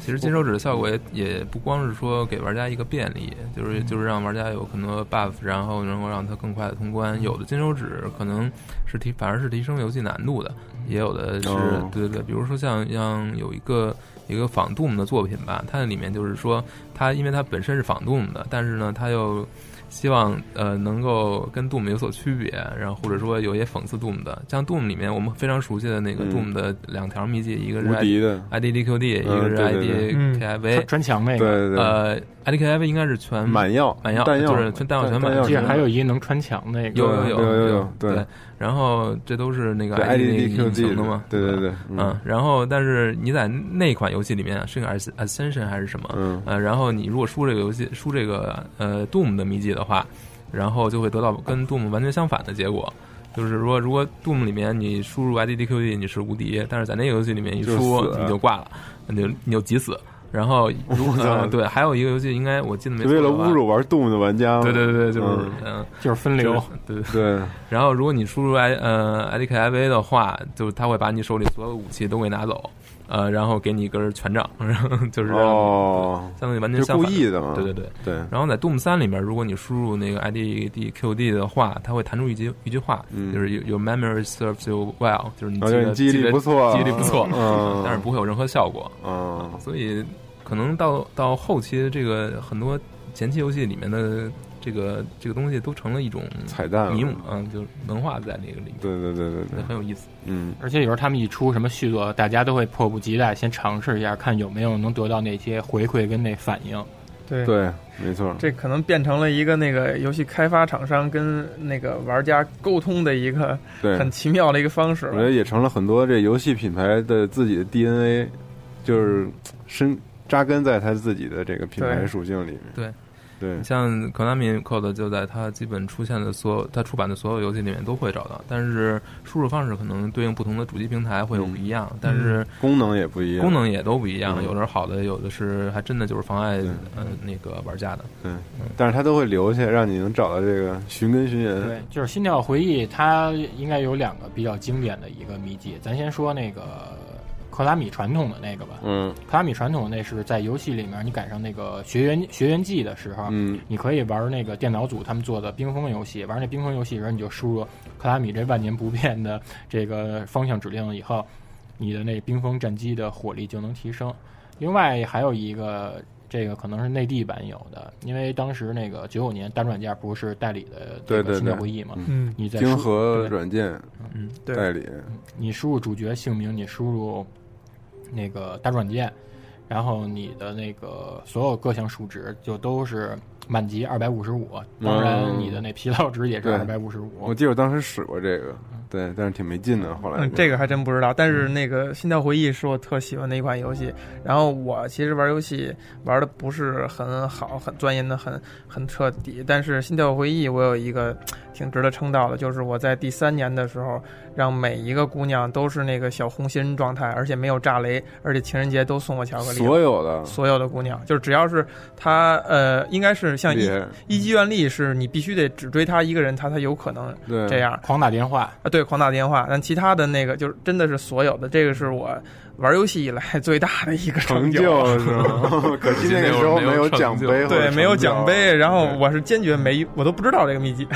S3: 其实金手指的效果也也不光是说给玩家一个便利，就是就是让玩家有很多 buff，然后能够让他更快的通关。有的金手指可能是提反而是提升游戏难度的，也有的是、
S9: 哦
S3: 对对对，比如说像像有一个一个仿 Doom 的作品吧，它里面就是说它因为它本身是仿 Doom 的，但是呢它又希望呃能够跟 Doom 有所区别，然后或者说有一些讽刺 Doom 的，像 Doom 里面我们非常熟悉的那个
S9: 嗯
S3: Doom 的两条秘籍，一个是
S9: 无敌的
S3: IDDQD，一
S9: 嗯
S3: 个是
S9: 对对对
S10: 嗯
S3: IDKIV，
S10: 穿墙那
S9: 对对
S10: 个，
S9: 对，
S3: 呃，IDKIV 应该是全
S9: 满药
S3: 满药
S9: 弹药
S3: 就是全弹药全满
S9: 弹药
S10: 记得还有一个能穿墙那个，
S3: 有
S9: 对
S3: 有
S9: 有有有
S3: 有
S9: 对
S3: 对，然后这都是那个
S9: 对
S3: IDD 隐
S9: IDDQD
S3: 藏的嘛，
S9: 对对对，
S3: 嗯，然后但是你在那款游戏里面啊是个 Asc- Ascension 还是什么？
S9: 嗯
S3: 呃，然后你如果输这个游戏，输这个呃 Doom 的秘籍的话，然后就会得到跟 Doom 完全相反的结果。就是说，如果 Doom 里面你输入 IDDQD 你是无敌，但是在那个游戏里面一
S9: 就是
S3: 输
S9: 死
S3: 你就挂了，你就你就急死。然后如
S9: *laughs* 我
S3: 果、
S9: 操
S3: 呃对，还有一个游戏应该我记得没
S9: 就
S3: 错
S9: 为了
S3: 的话
S9: 侮，辱玩动物的玩家嘛，
S3: 对对对，就是
S9: 嗯
S3: 嗯，
S10: 就是分
S3: 就
S10: 流
S3: *laughs* 是。对。
S9: 对，
S3: 然后如果你输入 i 呃 IDKIV 的话，就他会把你手里所有的武器都给拿走，呃，然后给你一根权杖， *laughs* 然后就是让你
S9: 哦，
S3: 相当于完全
S9: 是
S3: 相
S9: 故
S3: 反
S9: 意的嘛，
S3: 对对对。
S9: 对，
S3: 然后在 Doom 三里面，如果你输入那个 IDDQD 的话，它会弹出一句一句话，
S9: 嗯
S3: 就是 Your memory serves you well，就是你
S9: 哦
S3: 记
S9: 就是
S3: 得、
S9: 你记忆力
S3: 得
S9: 不错啊
S3: 记忆力不错，
S9: 嗯
S3: 但是不会有任何效果。 *laughs*
S9: 嗯，
S3: 所以可能到到后期这个很多前期游戏里面的这个这个东西都成了一种
S9: 彩蛋了
S3: 迷母，嗯，就是文化在那个里面，
S9: 对对对对
S3: 那
S9: 对，
S3: 很有意思。
S9: 嗯，
S10: 而且有时候他们一出什么续作，大家都会迫不及待先尝试一下，看有没有能得到那些回馈跟那反应。
S2: 对，
S9: 对，没错，
S2: 这可能变成了一个那个游戏开发厂商跟那个玩家沟通的一个
S9: 对，
S2: 很奇妙的一个方式
S9: 我
S2: 吧
S9: 觉。得也成了很多这游戏品牌的自己的 DNA，就是深扎根在它自己的这个品牌
S2: 对
S9: 属性里面。
S3: 对
S9: 对，
S3: 像 Konami Code 就在它基本出现的所有它出版的所有游戏里面都会找到，但是输入方式可能对应不同的主机平台会有不一样，但是
S9: 功能嗯也不一样，
S3: 功能也都不一样，
S9: 嗯
S3: 有的是好的，有的是还真的就是妨碍呃那个玩家的。
S9: 对，但是它都会留下，让你能找到这个寻根寻源。
S10: 对，就是《心跳回忆》，它应该有两个比较经典的一个秘籍。咱先说那个克拉米传统的那个吧。
S9: 嗯，
S10: 克拉米传统的那是在游戏里面，你赶上那个学员学员季的时候，
S9: 嗯，
S10: 你可以玩那个电脑组他们做的冰封游戏，玩那冰封游戏，然后你就输入克拉米这万年不变的这个方向指令以后，你的那冰封战机的火力就能提升。另外还有一个，这个可能是内地版有的，因为当时那个九九年单软件不是代理的
S9: 对
S10: 这个
S9: 对
S10: 新
S9: 对
S10: 角回忆嘛，，
S2: 嗯
S10: 你在
S9: 晶
S10: 输
S9: 和
S10: 对
S9: 软件
S10: 嗯
S2: 对
S9: 代理，
S10: 你输入主角姓名，你输入那个大软件，然后你的那个所有各项数值就都是满级二百五十五，当然你的那疲劳值也
S9: 嗯
S10: 是
S9: 对
S10: 二百五十五
S9: 我。记得我当时使过这个，对，但是挺没劲的。后来
S2: 嗯，这个还真不知道。但
S9: 嗯
S2: 是那个《心跳回忆》是我特喜欢的一款游戏。然后我其实玩游戏玩的不是很好，很钻研的很很彻底。但是《心跳回忆》我有一个挺值得称道的，就是我在第三年的时候，让每一个姑娘都是那个小红心状态，而且没有炸雷，而且情人节都送我巧克力。
S9: 所有的
S2: 所有的姑娘，就是只要是她，呃，应该是像一
S9: 厉害
S2: 一级愿力，是你必须得只追她一个人，她才有可能
S9: 对
S2: 这样。
S10: 狂打电话，
S2: 啊，对，狂打电话。但其他的那个就是真的是所有的，这个是我玩游戏以来 *laughs* 最大的一个
S9: 成
S2: 就。啊
S9: 是
S2: *laughs*
S9: 吗？可惜那个时候没有奖杯或者成就，
S2: 对，没有奖杯，然后我是坚决没，我都不知道这个秘
S9: *laughs*
S2: 籍。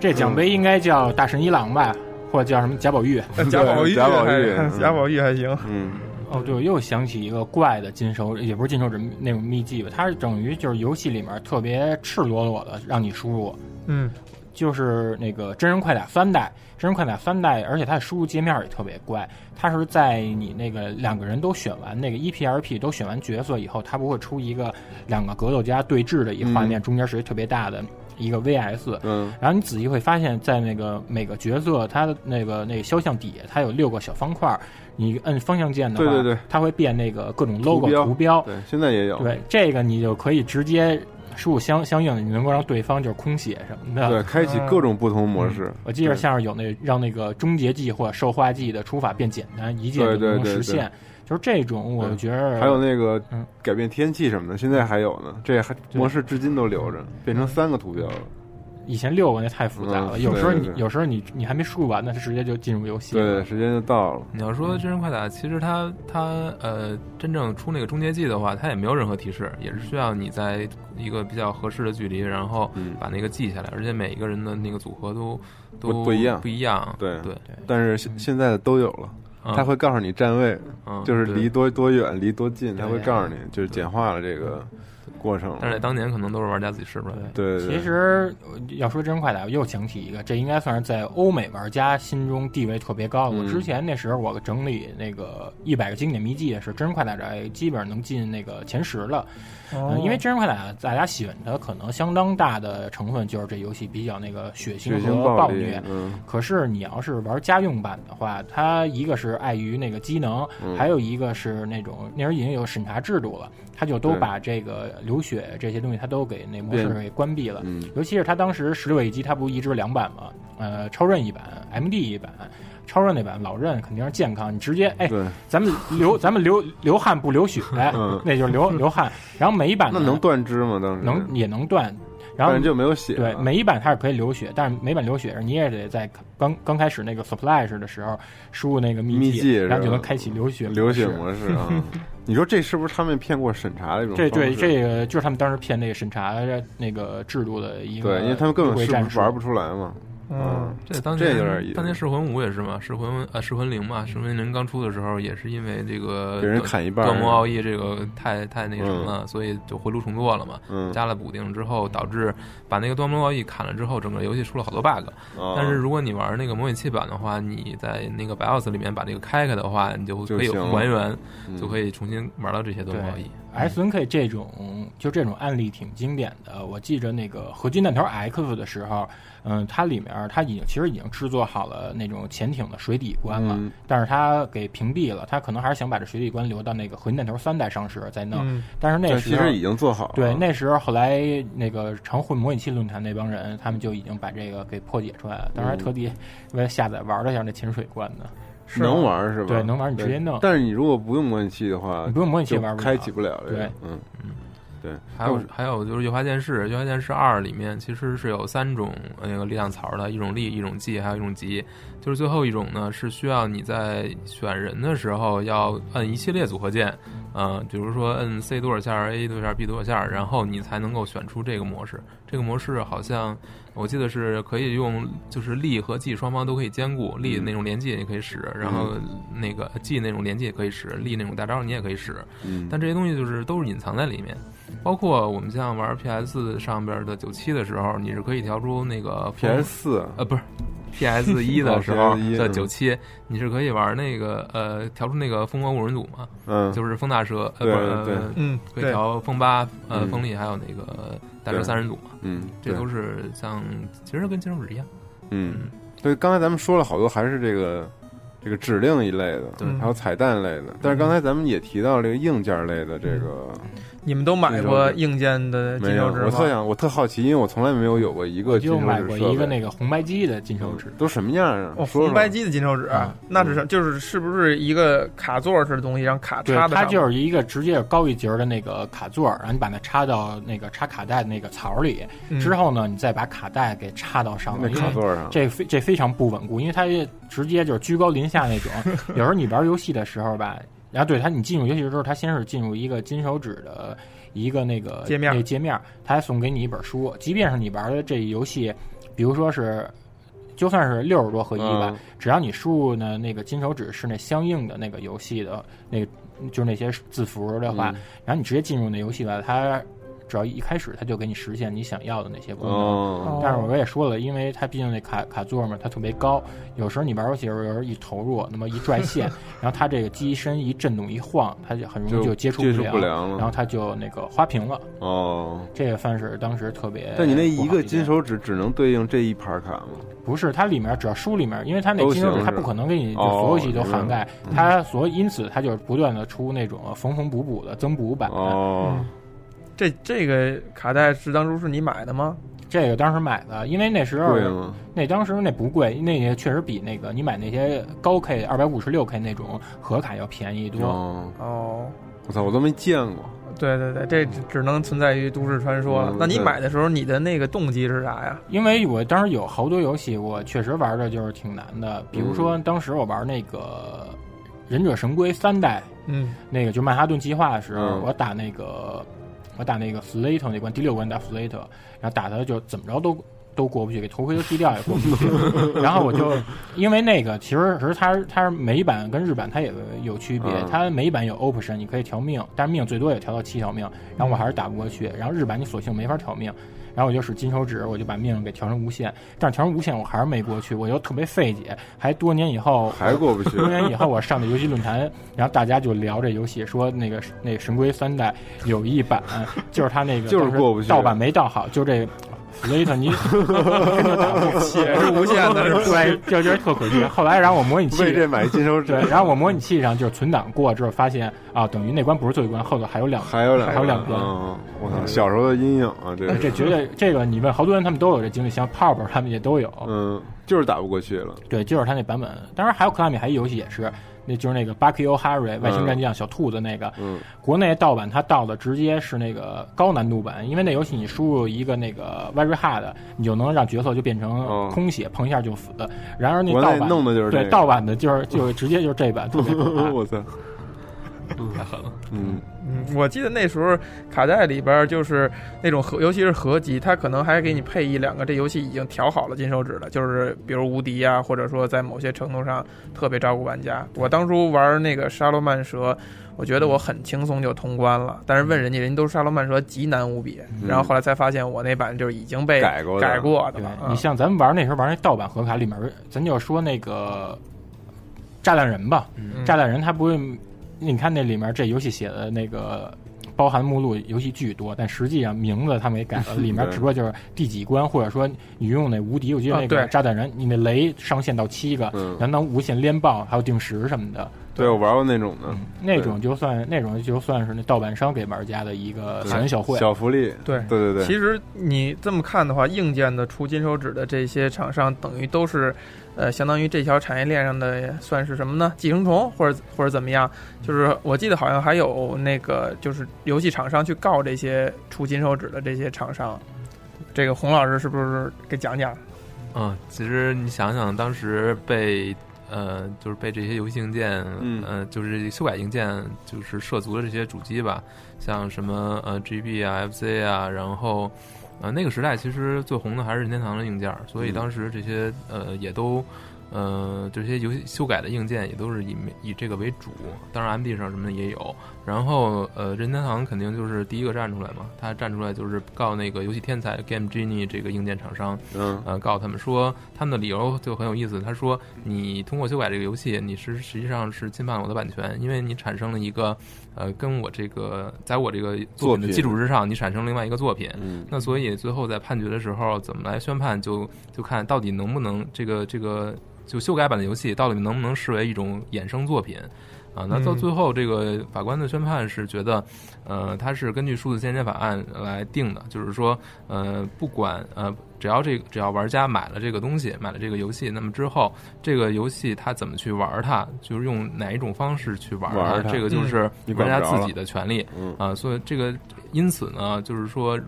S10: 这奖杯应该叫大神伊朗吧，或者叫什么贾宝
S9: *laughs*
S10: 玉？
S2: 贾宝玉
S9: 贾宝玉
S2: 还，贾宝玉还行。
S9: 嗯，
S10: 哦，对，我又想起一个怪的金手，也不是金手指那种秘籍吧，它是等于就是游戏里面特别赤裸裸的让你输入，
S2: 嗯，
S10: 就是那个真人快打三代，真人快打三代，而且它的输入界面也特别怪，它是在你那个两个人都选完那个 E EPRP 都选完角色以后，它不会出一个两个格斗家对峙的一个画面，中间是一个特别大的一个 VS，
S9: 嗯，
S10: 然后你仔细会发现，在那个每个角色它的那个那个肖像底下，它有六个小方块儿，你摁方向键的话，
S9: 对对对
S10: 它会变那个各种
S9: 图
S10: logo
S9: 标
S10: 图标，
S9: 对，现在也有，
S10: 对，这个你就可以直接输入相相应的，你能够让对方就是空血什么的。
S9: 对，开启各种不同模式。
S10: 我记得像是有那让那个终结技或者兽化技的出法变简单，一键
S9: 对
S10: 就
S9: 对
S10: 能
S9: 对
S10: 实
S9: 对
S10: 现。就是这种，我觉得
S9: 还有那个
S10: 嗯
S9: 改变天气什么的，现在还有呢。这还模式至今都留着，变成三个图标了。
S3: 嗯
S10: 以前六个那太复杂了，
S9: 嗯
S10: 有时候
S9: 对
S10: 你
S9: 对对
S10: 有时候你你还没输入完呢，它直接就进入游戏了。
S9: 对，时间就到了。
S3: 你要说真人快打，其实它它呃真正出那个终结技的话，它也没有任何提示，也是需要你在一个比较合适的距离，然后
S9: 嗯
S3: 把那个记下来，而且每一个人的那个组合都
S9: 不
S3: 都
S9: 不一样
S3: 不一样。
S9: 对
S3: 对，
S9: 但是
S10: 嗯
S9: 现现在的都有了，
S3: 嗯
S9: 它会告诉你站位，
S3: 嗯
S9: 就是
S3: 对
S9: 离多多远，离多近，它会
S10: 对
S9: 告诉你，就是简化了这个过程了。
S3: 但是在当年可能都是玩家自己试出来的。
S9: 对，对对
S10: 其实呃要说真人快打，我又想起一个，这应该算是在欧美玩家心中地位特别高的。我
S9: 嗯
S10: 之前那时候我整理那个一百个经典秘籍的时候，真人快打这基本上能进那个前十了。
S2: 哦
S10: 嗯，因为真人快打大家喜欢它，可能相当大的成分就是这游戏比较那个血
S9: 血
S10: 腥
S9: 腥
S10: 和暴
S9: 力
S10: 虐，。
S9: 嗯，
S10: 可是你要是玩家用版的话，它一个是碍于那个机能，
S9: 嗯
S10: 还有一个是那种那时候已经有审查制度了，它就都
S9: 对
S10: 把这个流血这些东西它都给那模式
S9: 变
S10: 给关闭了。
S9: 嗯
S10: 尤其是它当时十六亿机，它不移植两版吗？呃，超任一版，MD 一版，超任那版老任肯定是健康，你直接哎，
S9: 对，
S10: 咱们
S9: *laughs*
S10: 流咱们流流汗不流血，
S9: 嗯
S10: *laughs* 那就是流流汗。然后每一版
S9: 那
S10: 呢
S9: 能断肢吗？当时
S10: 能，也能断，然
S9: 但
S10: 后
S9: 是就没有血
S10: 对
S9: 了。，
S10: 每一版它是可以流血，但是每版流血你也得在刚刚开始那个 supply 时的时候输入那个
S9: 秘籍
S10: 籍，
S9: 是吧
S10: 然后就能开启流血
S9: 流血
S10: 模式。
S9: 模式啊。 *laughs* 你说这是不是他们骗过审查的一种方
S10: 这
S9: 式？
S10: 对这个就是他们当时骗那个审查那个制度的一个
S9: 对，因为他们根本
S10: 回
S9: 是
S10: 战术
S9: 玩不出来嘛。
S2: 嗯，
S3: 这当
S9: 这
S3: 年
S9: 有点意思
S3: 当年噬魂五也是嘛，噬魂呃噬魂零嘛，噬魂零刚出的时候也是因为这个
S9: 给人砍一半儿
S3: 断魔奥义这个太太那什么了，所以就回炉重做了嘛，
S9: 嗯
S3: 加了补丁之后，导致把那个断魔奥义砍了之后，整个游戏出了好多 bug。
S9: 啊
S3: 但是如果你玩那个模拟器版的话，你在那个 BIOS 里面把这个开开的话，你就
S9: 就
S3: 可以
S9: 行了
S3: 还原，
S9: 嗯
S3: 就可以重新玩到这些断魔奥义。
S10: S N K 这种就这种案例挺经典的。我记着那个合金弹头 X 的时候，嗯，它里面它已经其实已经制作好了那种潜艇的水底关了，
S9: 嗯
S10: 但是它给屏蔽了。它可能还是想把这水底关留到那个合金弹头三代上市再弄，
S2: 嗯
S10: 但是那
S9: 但
S10: 时
S9: 其
S10: 候
S9: 实已经做好了。
S10: 对，那时候后来那个常混模拟器论坛那帮人，他们就已经把这个给破解出来了。当时还
S9: 嗯
S10: 特地为了下载玩了一下那潜水关呢，
S2: 是
S9: 能
S2: 吗
S9: 玩儿是吧？
S10: 对能玩儿你直接弄
S9: 但是你如果不用模拟器的话，
S10: 你不用模拟器
S9: 啊就
S10: 玩不了
S9: 开启不了这个。
S10: 对
S9: 嗯，对，
S3: 还有还有就是《月华剑士》，《月华剑士二》里面其实是有三种呃那个力量槽的，一种力，一种技，还有一种级。就是最后一种呢，是需要你在选人的时候要按一系列组合键，呃，比如说摁 C 多少下，A 多少下，B 多少下，然后你才能够选出这个模式。这个模式好像我记得是可以用，就是力和技双方都可以兼顾，
S9: 嗯
S3: 力那种连技也可以使，然后那个技那种连技也可以使，力那种大招你也可以使。
S9: 嗯
S3: 但这些东西就是都是隐藏在里面，包括我们像玩 PS 上边的九七的时候，你是可以调出那个
S9: PS 四
S3: 呃不是
S9: *laughs*
S3: PS 一的时候
S9: 哦，PS1
S3: 叫
S9: 嗯
S3: 九七，你是可以玩那个呃调出那个风魔五人组嘛，
S9: 嗯
S3: 就是风大蛇呃
S9: 对
S3: 不是呃
S9: 对
S2: 嗯
S3: 可以
S2: 对
S3: 调风八呃
S9: 嗯
S3: 风力还有那个大蛇
S9: 对
S3: 三人组嘛，
S9: 嗯
S3: 这
S9: 对
S3: 都是像其实跟金手指一样，
S9: 嗯，对，刚才咱们说了好多，还是这个这个指令一类的，
S3: 对
S9: 还有彩蛋类的。
S10: 嗯
S9: 但是刚才咱们也提到这个硬件类的这个，
S2: 你们都买过硬件的金
S9: 没有
S2: 手指？吗？
S9: 我特想，我特好奇，因为我从来没有有过一个金手
S10: 就
S9: 指
S10: 买过一个
S9: 设备嗯
S10: 那个红白机的金手指，
S9: 都什么样啊？
S2: 哦，
S9: 说
S2: 红
S9: 说啊嗯
S2: 白机的金手指，那只是就是是不是一个卡座式的东西，让卡
S10: 对，
S2: 插的？
S10: 它就是一个直接高一节儿的那个卡座儿，然后你把它插到那个插卡带的那个槽儿里，
S2: 嗯
S10: 之后呢，你再把卡带给插到上
S9: 那
S10: 面，因为
S9: 卡座上，
S10: 这非这非常不稳固，因为它也直接就是居高临下那种。有时候你玩游戏的时候吧，然后对它，你进入游戏的时候，它先是进入一个金手指的一个那个
S2: 界面
S10: 那界面，它还送给你一本书。即便是你玩的这游戏，比如说是。就算是六十多合一吧，
S9: 嗯
S10: 只要你输入呢那个金手指是那相应的那个游戏的那个，就是那些字符的话，
S9: 嗯
S10: 然后你直接进入那游戏吧，它只要一开始它就给你实现你想要的那些功能。
S9: 哦，
S10: 但是我也说了，因为它毕竟那卡卡座嘛，它特别高，有时候你玩游戏的时候，有时候一投入，那么一拽
S9: *laughs*
S10: 线，然后它这个机身一震动一晃，它就很容易
S9: 就
S10: 接触
S9: 接触
S10: 良，
S9: 不良了
S10: 然后它就那个花屏了。
S9: 哦。
S10: 这也算是当时特别。
S9: 但你那一个金手指只能对应这一盘卡吗？
S10: 不是它里面只要书里面，因为它那
S9: 都
S10: 金手
S9: 行
S10: 指它
S9: 是
S10: 不
S9: 吧
S10: 可能给你就
S9: 哦
S10: 所有游戏都
S9: 明白
S10: 涵盖，它所以因此它就是不断的出那种缝缝补补的增补版。
S9: 哦，
S2: 这这个卡带是当初是你买的吗？
S10: 这个当时买的，因为那时候
S9: 对吗？
S10: 那当时那不贵，那也确实比那个你买那些高 K 二百五十六 K 那种盒卡要便宜多。
S9: 哦，
S2: 哦，
S9: 我操，我都没见过。
S2: 对对对，这只只能存在于都市传说了
S9: 嗯。
S2: 那你
S9: 对
S2: 买的时候，你的那个动机是啥呀？
S10: 因为我当时有好多游戏，我确实玩的就是挺难的，比如说当时我玩那个《忍者神龟》三代，
S2: 嗯，
S10: 那个就曼哈顿计划的时候，
S9: 嗯
S10: 我打那个我打那个 Slater 那关第六关打 Slater，然后打他就怎么着都都过不去，给头盔都踢掉也过不去。 *laughs* 然后我就因为那个其实是它它美版跟日版它也有区别，
S9: 嗯
S10: 它美版有 option 你可以调命，但是命最多也调到七条命，然后我还是打不过去。然后日版你索性没法调命。然后我就使金手指，我就把命给调成无限，但是调成无限我还是没过去，我又特别费解，还多年以后
S9: 还过不去
S10: 多年以后，我上的游戏论坛，然后大家就聊这游戏，说那个那个《神龟三代》有一版，就是他那个
S9: 就是
S10: 当时
S9: 过不去
S10: 盗版没盗好，就这 Slate 你根本打不起
S2: 也是无限的，是
S9: *laughs*
S2: 吧？
S10: 对，就觉得特可惜。后来，然后我模拟器
S9: 为这买金手指
S10: 对，，然后我模拟器上就是存档过之后，发现啊，等于那关不是最后一关，后头还有两关
S9: 还有两
S10: 还有两
S9: 个
S10: 关。
S9: 嗯，我操，小时候的阴影啊，这
S10: 这
S9: 是
S10: 绝对，这个你问好多人，他们都有这经历，像泡泡他们也都有。
S9: 嗯，就是打不过去 *laughs* 了。
S10: 对，就是他那版本。当然还有克拉米还有一游戏也是，那就是那个巴克 Q 哈瑞外星战将小兔子那个，
S9: 嗯
S10: 国内盗版它盗的直接是那个高难度版，因为那游戏你输入一个那个 very hard，你就能让角色就变成空血，碰一下就死。然而那
S9: 哦国内
S10: 盗版
S9: 弄的就是这
S10: 对
S9: 个
S10: 盗版的就是就是直接就是这版，特别可
S9: *laughs*
S10: 怕
S9: 我操，
S3: 太狠了。
S9: 嗯，
S2: 嗯，我记得那时候卡带里边就是那种合，尤其是合集，它可能还给你配一两个这游戏已经调好了金手指的，就是比如无敌啊，或者说在某些程度上特别照顾玩家。我当初玩那个沙罗曼蛇，我觉得我很轻松就通关了，但是问人家，人家都是沙罗曼蛇极难无比，
S9: 嗯
S2: 然后后来才发现我那版就是已经被
S9: 改过的
S2: 改过的
S10: 对
S2: 了。嗯
S10: 你像咱们玩那时候玩那盗版盒卡里面，咱就说那个炸弹人吧，
S2: 嗯
S10: 炸弹人他不会，你看那里面这游戏写的那个。包含目录游戏巨多，但实际上名字他们给改
S2: *laughs*
S10: 了，里面只不过就是第几关，或者说你用那无敌，我记得
S2: 啊
S10: 那个
S2: 对
S10: 炸弹人，你那雷上限到七个，
S9: 嗯
S10: 然后能无限连爆，还有定时什么的，
S9: 对我玩过那种的，
S2: 嗯
S10: 那种就算那种就算是那盗版商给玩家的一个小恩小惠、
S9: 小福利。
S2: 对
S9: 对对对，
S2: 其实你这么看的话，硬件的出金手指的这些厂商，等于都是，呃，相当于这条产业链上的算是什么呢？寄生虫，或者或者怎么样？就是我记得好像还有那个，就是游戏厂商去告这些出金手指的这些厂商。这个洪老师是不是给讲讲？
S3: 嗯，其实你想想，当时被呃，就是被这些游戏硬件，
S9: 嗯
S3: 呃，就是修改硬件，就是涉足的这些主机吧，像什么呃 GB 啊、FC 啊，然后呃那个时代其实最红的还是任天堂的硬件，所以当时这些呃也都呃这些游戏修改的硬件也都是以以这个为主，当然 MD 上什么的也有。然后呃任天堂肯定就是第一个站出来嘛，他站出来就是告那个游戏天才 Game Genie 这个硬件厂商，
S9: 嗯
S3: 呃，告诉他们说，他们的理由就很有意思。他说，你通过修改这个游戏，你是实际上是侵犯了我的版权，因为你产生了一个，呃，跟我这个在我这个作品的基础之上，你产生另外一个作品。
S9: 嗯
S3: 那所以最后在判决的时候，怎么来宣判就，就看到底能不能这个这个就修改版的游戏到底能不能视为一种衍生作品。啊，那到
S11: 嗯
S3: 最后，这个法官的宣判是觉得，呃，它是根据数字间接法案来定的，就是说，呃，不管呃，只要这只要玩家买了这个东西，买了这个游戏，那么之后这个游戏他怎么去玩它，就是用哪一种方式去玩
S9: 玩儿它
S3: 这个就是
S9: 嗯你
S3: 玩
S9: 管不
S3: 家
S9: 着
S3: 自己
S9: 了
S3: 的权利。
S9: 嗯
S3: 啊，所以这个因此呢，就是说，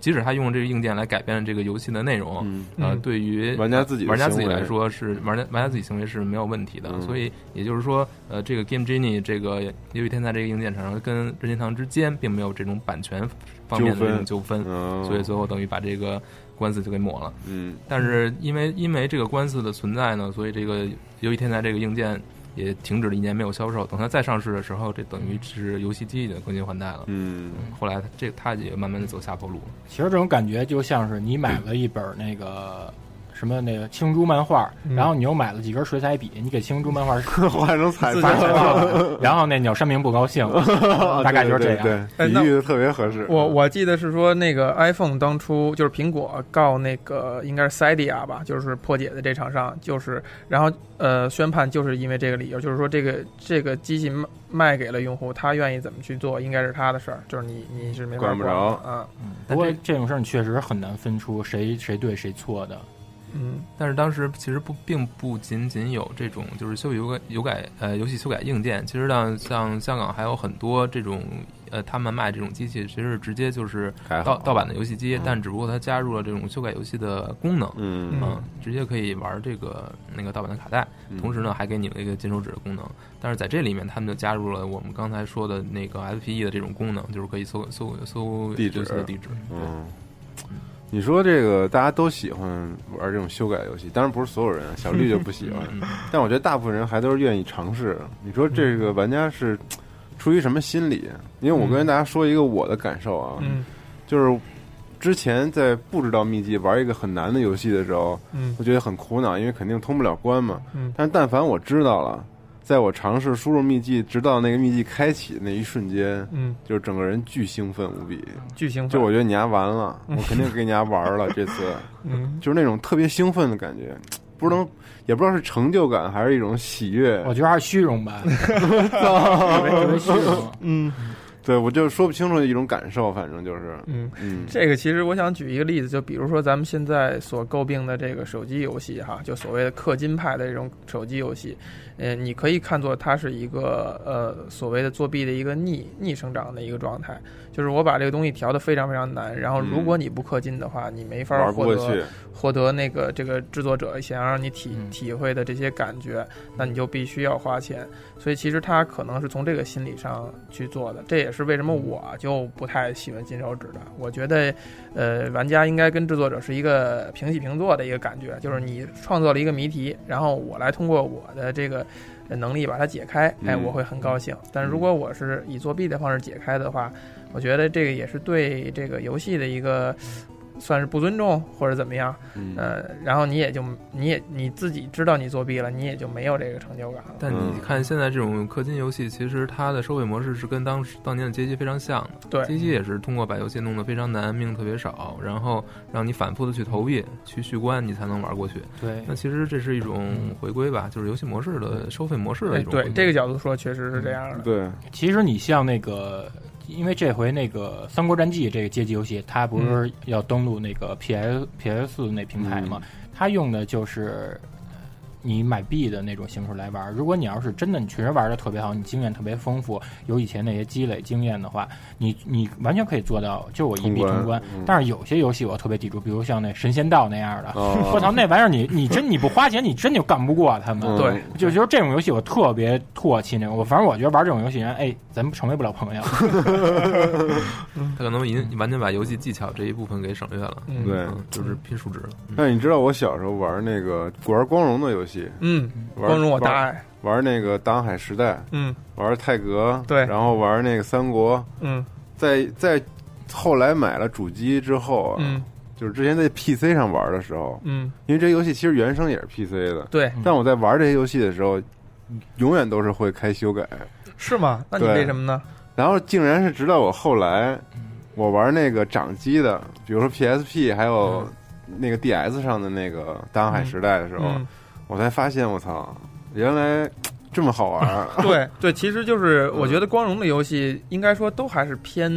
S3: 即使他用这个硬件来改变了这个游戏的内容，
S9: 嗯
S3: 呃，
S9: 嗯
S3: 对于
S9: 玩家自己的
S3: 玩家自己
S9: 行为
S3: 来说是玩家玩家自己行为是没有问题的，
S9: 嗯
S3: 所以也就是说，呃，这个 Game Genie 这个游戏天才这个硬件厂商跟任天堂之间并没有这种版权方面的这种纠
S9: 纠
S3: 纷
S9: 纷，哦
S3: 所以最后等于把这个官司就给抹了。
S9: 嗯，
S3: 但是因为因为这个官司的存在呢，所以这个游戏天才这个硬件也停止了一年没有销售。等它再上市的时候，这等于是游戏机已经更新换代了。
S9: 嗯，
S3: 后来它这它也慢慢的走下坡路了。
S10: 其实这种感觉就像是你买了一本那个。什么那个青珠漫画，
S3: 嗯
S10: 然后你又买了几根水彩笔，你给青珠漫画
S9: *laughs* 换成彩
S10: 画
S9: 画
S10: *laughs* 了，然后那鸟山明不高
S9: 嗯
S10: 兴，大概就是这样。
S9: 哦对，
S2: 哎
S9: 对
S2: 那
S9: 比喻的特别合适。
S2: *laughs*
S9: 嗯
S2: 我我记得是说，那个 iPhone 当初就是苹果告那个应该是 Cydia 吧，就是破解的这厂商，就是然后呃宣判就是因为这个理由，就是说这个这个机器卖卖给了用户，他愿意怎么去做应该是他的事儿，就是你你是没法
S9: 管不着
S2: 啊。
S10: 嗯不过这种事儿你确实很难分出谁谁对谁错的。
S2: 嗯，
S3: 但是当时其实不并不仅仅有这种就是修修改修改呃游戏修改硬件，其实呢像香港还有很多这种呃他们卖这种机器，其实是直接就是
S9: 改好
S3: 盗盗版的游戏机
S9: 嗯，
S3: 但只不过它加入了这种修改游戏的功能，啊
S9: 嗯
S3: 直接可以玩这个那个盗版的卡带
S9: 嗯，
S3: 同时呢还给你了一个金手指的功能。但是在这里面，他们就加入了我们刚才说的那个 FPE 的这种功能，就是可以搜搜搜
S9: 地
S3: 游
S9: 址
S3: 戏的地址。
S9: 嗯，你说这个大家都喜欢玩这种修改游戏，当然不是所有人啊，小绿就不喜欢
S3: 嗯，
S9: 但我觉得大部分人还都是愿意尝试。你说这个玩家是出于什么心理？啊因为我跟大家说一个我的感受啊，
S2: 嗯，
S9: 就是之前在不知道秘籍玩一个很难的游戏的时候，
S2: 嗯
S9: 我觉得很苦恼，因为肯定通不了关嘛。
S2: 嗯
S9: 但是但凡我知道了，在我尝试输入秘籍，直到那个秘籍开启的那一瞬间，
S2: 嗯，
S9: 就是整个人巨兴奋无比，
S2: 巨兴奋
S9: 就我觉得你丫完了，
S2: 嗯
S9: 我肯定给你丫
S2: *laughs*
S9: 玩了这次，
S2: 嗯
S9: 就是那种特别兴奋的感觉。不能，也不知道是成就感还是一种喜悦。
S2: 嗯
S10: 我觉得还是虚荣吧，
S9: 特
S10: 别虚荣。
S2: 嗯，
S9: 对，我就说不清楚的一种感受，反正就是，
S2: 嗯
S9: 嗯，
S2: 这个其实我想举一个例子，就比如说咱们现在所诟病的这个手机游戏哈，就所谓的氪金派的这种手机游戏，呃，你可以看作它是一个呃所谓的作弊的一个逆逆生长的一个状态，就是我把这个东西调得非常非常难，然后如果你不氪金的话，你没法
S9: 嗯玩不
S2: 获
S9: 过
S2: 得
S9: 去
S2: 获得那个这个制作者想让你体
S9: 嗯
S2: 体会的这些感觉，那你就必须要花钱。所以其实他可能是从这个心理上去做的，这也是为什么
S9: 嗯
S2: 我就不太喜欢金手指的。我觉得，呃，玩家应该跟制作者是一个平起平坐的一个感觉，就是你创作了一个谜题，然后我来通过我的这个呃能力把它解开，哎，
S9: 嗯
S2: 我会很高兴。但是如果我是以作弊的方式解开的话，我觉得这个也是对这个游戏的一个算是不尊重或者怎么样，
S9: 嗯
S2: 呃，然后你也就你也你自己知道你作弊了，你也就没有这个成就感了。
S3: 但你看现在这种氪金游戏，其实它的收费模式是跟当时当年的街机非常像的。
S2: 对
S3: 街机也是通过把游戏弄得非常难，命特别少，然后让你反复的去投币、去续关，你才能玩过去。
S10: 对
S3: 那其实这是一种回归吧，就是游戏模式的收费模式的一种回
S2: 哎
S3: 归。
S2: 对这个角度说，确实是这样的。
S9: 对，
S10: 其实你像那个，因为这回那个《三国战记》这个街机游戏，它不
S9: 嗯
S10: 是要登录那个 PS PS 那平台嘛？
S9: 嗯
S10: 它用的就是呃你买币的那种形式来玩。如果你要是真的你确实玩的特别好，你经验特别丰富，有以前那些积累经验的话，你你完全可以做到，就是我一
S9: 通
S10: 币
S9: 关
S10: 通关。
S9: 嗯
S10: 但是有些游戏我特别抵触，比如像那《神仙道》那样的，
S9: 哦
S10: 我操、那玩意儿你 *laughs* 你真你不花钱你真就干不过他们。
S9: 嗯
S2: 对，
S10: 就就是这种游戏，我特别唾弃那种。我反正我觉得玩这种游戏人，哎，咱们成为不了朋友。
S3: 它可能已经完全把游戏技巧这一部分给省略了。
S2: 嗯
S9: 对
S3: 嗯，就是拼数值了。嗯
S9: 但你知道我小时候玩那个玩光荣的游戏，
S2: 嗯，
S9: 玩
S2: 光荣我大
S9: 玩
S2: 爱。
S9: 玩那个《大航海时代》，
S2: 嗯
S9: 玩泰格，
S2: 对
S9: 然后玩那个三国，
S2: 嗯
S9: 在在后来买了主机之后啊，
S2: 嗯
S9: 就是之前在 PC 上玩的时候，
S2: 嗯，
S9: 因为这游戏其实原生也是 PC 的，
S2: 对，
S9: 但我在玩这些游戏的时候，永远都是会开修改，
S2: 是吗？那你
S9: 对
S2: 为什么呢？
S9: 然后竟然是直到我后来，
S2: 嗯
S9: 我玩那个掌机的，比如说 PSP，还
S2: 嗯
S9: 有那个 DS 上的那个《大航海时代》的时候，
S2: 嗯，
S9: 我才发现，我操，原来这么好
S2: *laughs*
S9: 玩儿。 *laughs*
S2: 对对，其实就是
S9: 嗯
S2: 我觉得光荣的游戏应该说都还是偏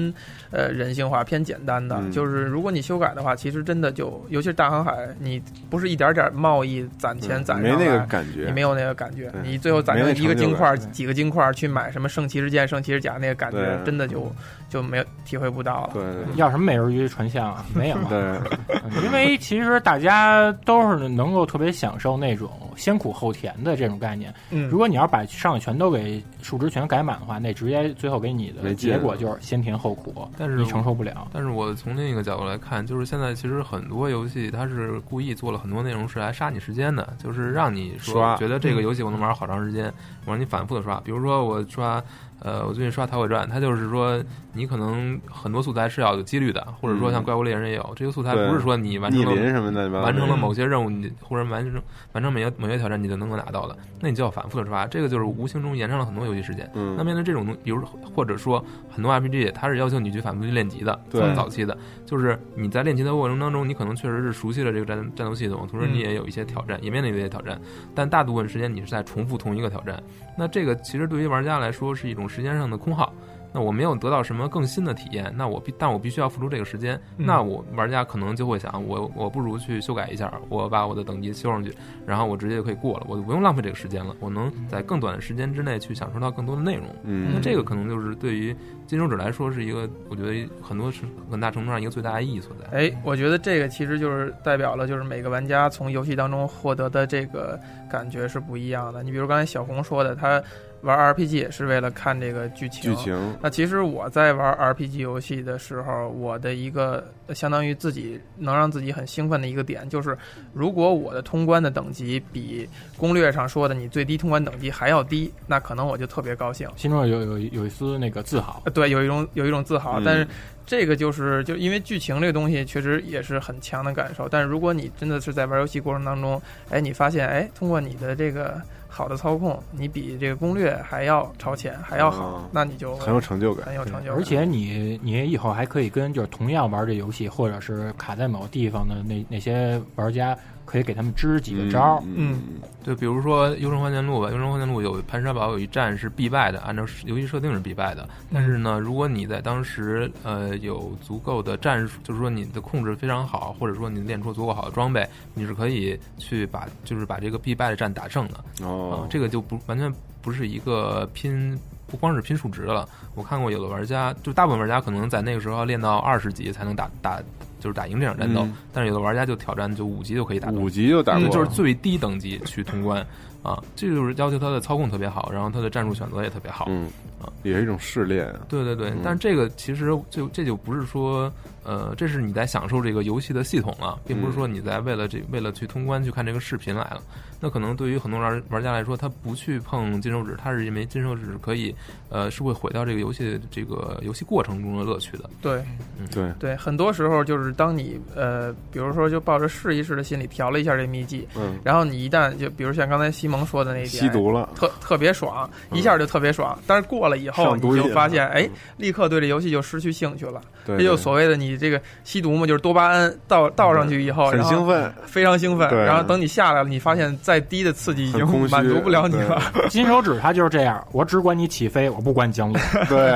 S2: 呃人性化、偏简单的。
S9: 嗯
S2: 就是如果你修改的话，其实真的就，尤其是大航海，你不是一点点贸易攒钱攒
S9: 没
S2: 上
S9: 那个
S2: 来
S9: 感觉，
S2: 你没有那个感觉
S9: 对，
S2: 你最后攒
S9: 没
S2: 成
S9: 那
S2: 一个
S9: 成就
S2: 金块儿、
S10: 感
S2: 几个金块儿去买什么圣骑士剑、圣骑士甲，那个感觉
S9: 对嗯
S2: 真的就就没有体会不到了。
S9: 对对
S10: 要什么美人鱼传相啊？没有啊，
S9: 对对，
S10: 嗯因为其实大家都是能够特别享受那种先苦后甜的这种概念。
S2: 嗯
S10: 如，果你要把上来全都给数值全改满的话，那直接最后给你的
S9: 没劲
S10: 结果就是先甜后苦，
S3: 但是
S10: 你承受不了。
S3: 但是我从另一个角度来看，就是现在其实很多游戏它是故意做了很多内容是来杀你时间的，就是让你说
S9: 刷
S3: 觉得这个游戏我能玩好长时间，我让你反复的刷。比如说我刷，呃，我最近刷《逃鬼传》，它就是说你可能很多素材是要有几率的，或者说像《怪物猎人》也有，这个素材
S9: 嗯对
S3: 不是说你完成
S9: 逆鳞
S3: 了。
S9: 什么的，
S3: 完成了
S9: 嗯
S3: 某些任务，你或者完成完成某些某些挑战，你就能够拿到的，那你就要反复的刷，这个就是无形中延长了很多游戏时间。
S9: 嗯，
S3: 那面对这种东，比如或者说很多 RPG，它是要求你去反复去练级的，
S9: 对
S3: 从早期的，就是你在练级的过程当中，你可能确实是熟悉了这个战战斗系统，同时
S2: 嗯
S3: 你也有一些挑战，也面临一些挑战，但大部分时间你是在重复同一个挑战。那这个其实对于玩家来说是一种时间上的空耗。那我没有得到什么更新的体验，那我必但我必须要付出这个时间，
S2: 嗯
S3: 那我玩家可能就会想，我我不如去修改一下，我把我的等级修上去，然后我直接就可以过了，我就不用浪费这个时间了，我能
S2: 嗯
S3: 在更短的时间之内去享受到更多的内容。那
S9: 嗯，
S3: 这个可能就是对于金手指来说是一个，我觉得很多是很大程度上一个最大的意义所在。
S2: 哎，我觉得这个其实就是代表了，就是每个玩家从游戏当中获得的这个感觉是不一样的。你比如刚才小红说的，他玩 RPG 也是为了看这个剧情。
S9: 剧情，
S2: 那其实我在玩 RPG 游戏的时候，我的一个呃相当于自己能让自己很兴奋的一个点，就是如果我的通关的等级比攻略上说的你最低通关等级还要低，那可能我就特别高兴。
S10: 心中有有有一丝那个自豪
S2: 呃，对，有一种有一种自豪，
S9: 嗯
S2: 但是这个就是就因为剧情这个东西确实也是很强的感受，但是如果你真的是在玩游戏过程当中，哎，你发现哎，通过你的这个好的操控，你比这个攻略还要超前，还要好，
S9: 嗯
S2: 那你就
S9: 很有成就感。
S3: 嗯
S9: 嗯
S2: 很有啊成就感，
S10: 而且你你以后还可以跟就是同样玩这游戏，或者是卡在某个地方的那那些玩家，可以给他们支几个招儿。
S9: 嗯
S3: 对，比如说《幽城幻剑录》吧，《幽城幻剑录》有盘沙堡有一站是必败的，按照游戏设定是必败的。但是呢，如果你在当时呃有足够的战术，就是说你的控制非常好，或者说你练出足够好的装备，你是可以去把就是把这个必败的战打胜的。
S9: 嗯
S3: 啊
S9: 哦，，
S3: 这个就不完全不是一个拼，不光是拼数值了。我看过有的玩家，就大部分玩家可能在那个时候要练到二十级才能打打，就是打赢这场战斗。
S9: 嗯
S3: 但是有的玩家就挑战就五级就可以打通，
S9: 五级就打
S3: 这
S9: 过，
S3: 就是最低等级去通关啊。这就是要求他的操控特别好，然后他的战术选择也特别好。
S9: 嗯
S3: 啊，
S9: 也是一种试炼啊。
S3: 对对对，
S9: 嗯
S3: 但这个其实就这就不是说，嗯、呃，这是你在享受这个游戏的系统了、啊，并不是说你在为了这为了去通关去看这个视频来了。那可能对于很多玩玩家来说，他不去碰金手指，他是因为金手指可以，呃，是会毁掉这个游戏这个游戏过程中的乐趣的。
S2: 对，
S3: 嗯，
S9: 对
S2: 对，很多时候就是当你呃，比如说就抱着试一试的心理调了一下这秘籍，
S9: 嗯，
S2: 然后你一旦就比如像刚才西蒙说的那一点，
S9: 吸毒了，
S2: 特特别爽，一下就特别爽。但是过了以后，
S9: 上毒
S2: 你就
S9: 瘾
S2: 发
S9: 了嗯
S2: 现哎，立刻对这游戏就失去兴趣了。
S9: 对
S2: 这就
S9: 对
S2: 哎
S9: 嗯
S2: 所谓的你这个吸毒嘛，就是多巴胺倒倒上去以后，
S9: 很
S2: 然后
S9: 兴奋
S2: 非常兴奋。
S9: 对
S2: 然后等你下来了，你发现再低的刺激已经
S9: 很空虚
S2: 满足不了你了。
S10: 金手指它就是这样，我只管你起飞，我不管你降落。
S9: 对，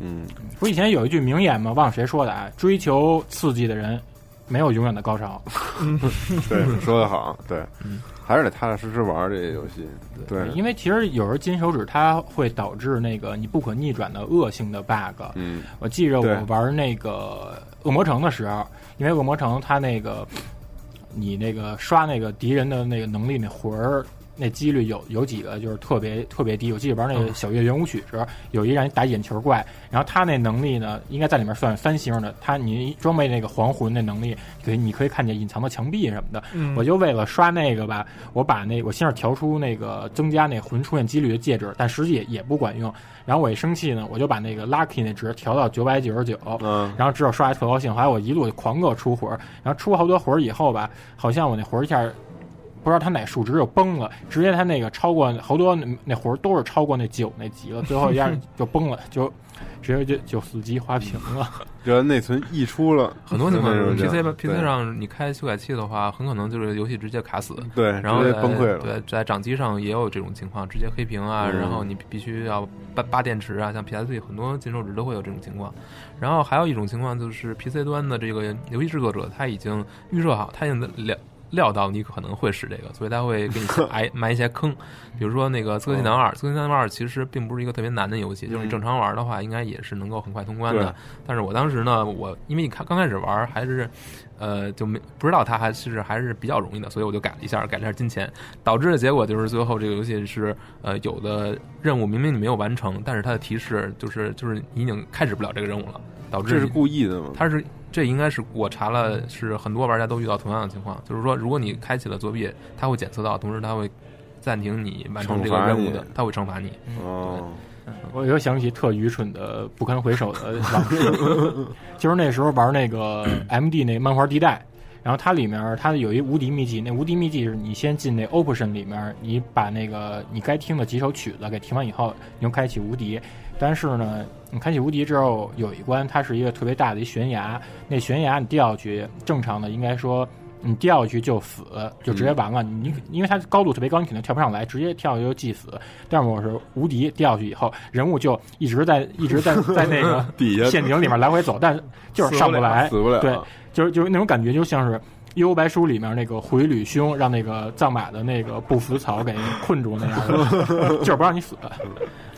S9: 嗯，
S10: 不是以前有一句名言吗？忘了谁说的啊？追求刺激的人，没有永远的高潮。
S3: *laughs*
S9: 对，说的好，对，
S3: 嗯
S9: 还是得踏踏实实玩这些游戏，对，
S10: 因为其实有时候金手指它会导致那个你不可逆转的恶性的 bug。
S9: 嗯，
S10: 我记着
S9: 对
S10: 我玩那个恶魔城的时候，因为恶魔城它那个你那个刷那个敌人的那个能力那魂儿。那几率有有几个就是特别特别低，我记得玩
S9: 嗯
S10: 那个小月圆舞曲时候，有一让你打眼球怪，然后他那能力呢，应该在里面算三星的，他你装备那个黄魂那能力，可以你可以看见隐藏的墙壁什么的，
S2: 嗯
S10: 我就为了刷那个吧，我把那我先是调出那个增加那魂出现几率的戒指，但实际也也不管用。然后我一生气呢，我就把那个 lucky 那值调到九百九十九，
S9: 嗯，
S10: 然后只有刷一特高兴，后来我一路狂给我出魂儿，然后出好多魂儿以后吧，好像我那魂儿一下不知道他哪数值就崩了，直接他那个超过好多那那魂儿都是超过那九那级了，最后一下就崩了，就直接就就死机花屏了。
S9: 这内存溢出了，
S3: 很多情况
S9: 就那种这
S3: PC
S9: 样
S3: PC 上你开修改器的话，很可能就是游戏直接卡死，
S9: 对
S3: 然后
S9: 直接
S3: 在
S9: 崩溃了
S3: 对，在掌机上也有这种情况，直接黑屏啊，
S9: 嗯
S3: 然后你必须要扒扒电池啊，像 PSP 很多金手指都会有这种情况。然后还有一种情况就是 PC 端的这个游戏制作者他已经预设好，他已经料料到你可能会使这个，所以他会
S9: *laughs*
S3: 给你埋埋一些坑，比如说那个《刺客信条二》，《刺客信条二》其实并不是一个特别难的游戏，就是你正常玩的话，应该也是能够很快通关
S9: 对
S3: 的。但是我当时呢，我因为你看刚开始玩还是，呃，就没不知道它还是还是比较容易的，所以我就改了一下，改了一下金钱，导致的结果就是最后这个游戏是呃有的任务明明你没有完成，但是它的提示就是就是你已经开始不了这个任务了，导致
S9: 这是
S3: 你
S9: 故意的吗？
S3: 它是这应该是我查了，是很多玩家都遇到同样的情况，就是说，如果你开启了作弊，它会检测到，同时它会暂停你完成这个
S9: 惩罚
S3: 任
S9: 你
S3: 务的，它会惩罚你。
S9: 哦，
S10: 我又想起特愚蠢的不堪回首的 *laughs* 往事， *laughs* 就是那时候玩那个 MD 那漫画地带，然后它里面它有一无敌秘籍，那无敌秘籍是你先进那 Option 里面，你把那个你该听的几首曲子给听完以后，你就开启无敌。但是呢，你开启无敌之后，有一关它是一个特别大的一悬崖，那悬崖你掉下去，正常的应该说。你掉下去就死，就直接完了。你因为它高度特别高，你肯定跳不上来，直接跳下去就即死。但是我是无敌掉下去以后，人物就一直在一直在在那个 *laughs*
S9: 底下
S10: 陷阱里面来回走，但就是上不来，
S9: 死不了
S10: 对，就是就是那种感觉，就像是《幽游白书》里面那个回吕兄让那个藏马的那个不服草给困住那样
S9: *laughs*
S10: 的，就是不让你死，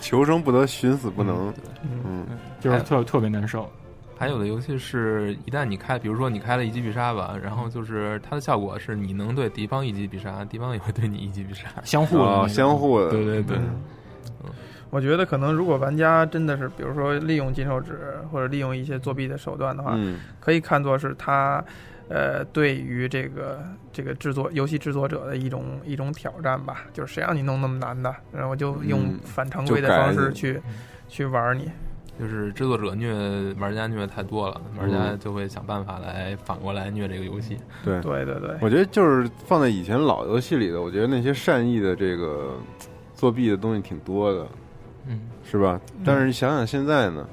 S9: 求生不得，寻死不能，嗯，
S10: 就是特特别难受。
S3: 还有的游戏是一旦你开，比如说你开了一击必杀吧，然后就是它的效果是你能对敌方一击必杀，敌方也会对你一击必
S9: *laughs*
S3: 杀。嗯
S10: 相互的那
S9: 哦，
S10: 种
S9: 相互的，
S3: 对对对，
S2: 我觉得可能如果玩家真的是，比如说利用金手指或者利用一些作弊的手段的话，
S9: 嗯，
S2: 可以看作是他，呃，对于这个这个制作游戏制作者的一种一种挑战吧，就是谁让你弄那么难的，然后我就用
S9: 嗯
S2: 反常规的
S9: 就改嗯
S2: 方
S9: 你
S2: 式去、去玩你。
S3: 就是制作者虐玩家虐太多了，玩家
S9: 嗯
S3: 就会想办法来反过来虐这个游戏。
S9: 对。
S2: 对对对，
S9: 我觉得就是放在以前老游戏里的，我觉得那些善意的这个作弊的东西挺多的，
S10: 嗯，
S9: 是吧？但是想想现在呢，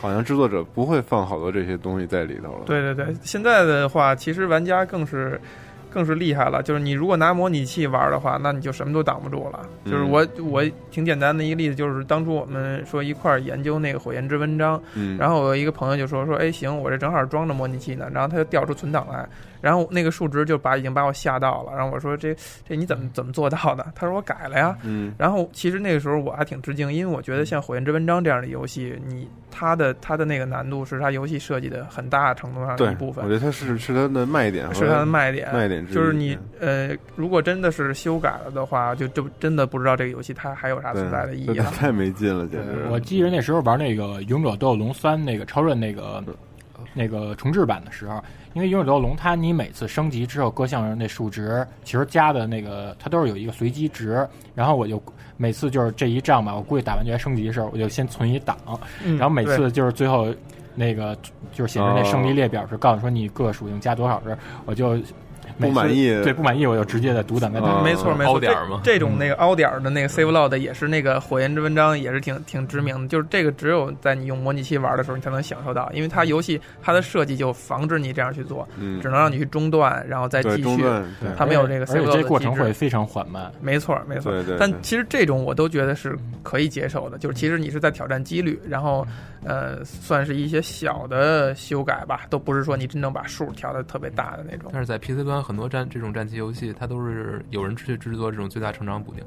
S9: 好像制作者不会放好多这些东西在里头了。，
S2: 对对对，现在的话，其实玩家更是更是厉害了。就是你如果拿模拟器玩的话，那你就什么都挡不住了。
S9: 嗯
S2: 就是我我挺简单的一个例子，就是当初我们说一块儿研究那个《火焰之纹章》，
S9: 嗯，
S2: 然后我有一个朋友就说说，哎，行，我这正好装着模拟器呢，然后他就调出存档来，然后那个数值就把已经把我吓到了，然后我说这这你怎么怎么做到的？他说我改了呀。
S9: 嗯，
S2: *laughs* 然后其实那个时候我还挺致敬，因为我觉得像《火焰之纹章》这样的游戏，你它的它的那个难度是它游戏设计的很大程度上
S9: 对
S2: 的一，部
S9: 我
S2: 分
S9: 觉。得它是是它的卖点，
S2: 是它的。卖点，
S9: 卖点之一嗯
S2: 就是你呃，如果真的是修改了的话，就就真的不知道这个游戏它还有啥
S9: 对
S2: 存在的意，义
S9: 这
S2: 了。
S9: 太没劲了，简直！
S10: 我记得那时候玩那个《勇者斗恶龙三》那个超任那个那个重置版的时候，因为永久斗龙它你每次升级之后各项那数值，其实加的那个它都是有一个随机值。然后我就每次就是这一仗吧，我估计打完决赛升级的时候，我就先存一档，
S2: 嗯
S10: 然后每次
S2: 对
S10: 就是最后那个就是显示
S9: 哦
S10: 那胜利列表是告诉说你各属性加多少分，我就每次
S9: 不满意哦
S10: 对不满意我就直接在读档再
S9: 嗯
S10: 打。
S2: 嗯没错没错，
S3: 凹点儿
S2: 这
S3: 嘛
S2: 这种那个凹点儿的那个 save load 也是那个火焰之文章也是挺挺知名的，就是这个只有在你用模拟器玩的时候你才能享受到，因为它游戏它的设计就防止你这样去做，
S9: 嗯
S2: 只能让你去中断，然后再
S9: 对
S2: 继
S9: 中
S2: 续
S9: 断对，
S2: 它没有这个
S10: 而
S2: save
S10: 且
S2: load
S10: 这
S2: 的
S10: 过
S2: 机
S10: 程
S2: 制
S10: 会非常缓慢。
S2: 没错儿，没错儿。
S9: 对对
S2: 但
S9: 对
S2: 其实这种我都觉得是可以接受的，就是其实你是在挑战几率，然后
S9: 嗯
S2: 呃，算是一些小的修改吧，都不是说你真正把数调的特别大的那种。
S3: 但是在 PC 端很多战这种战棋游戏，它都是有人去制作这种最大成长补丁，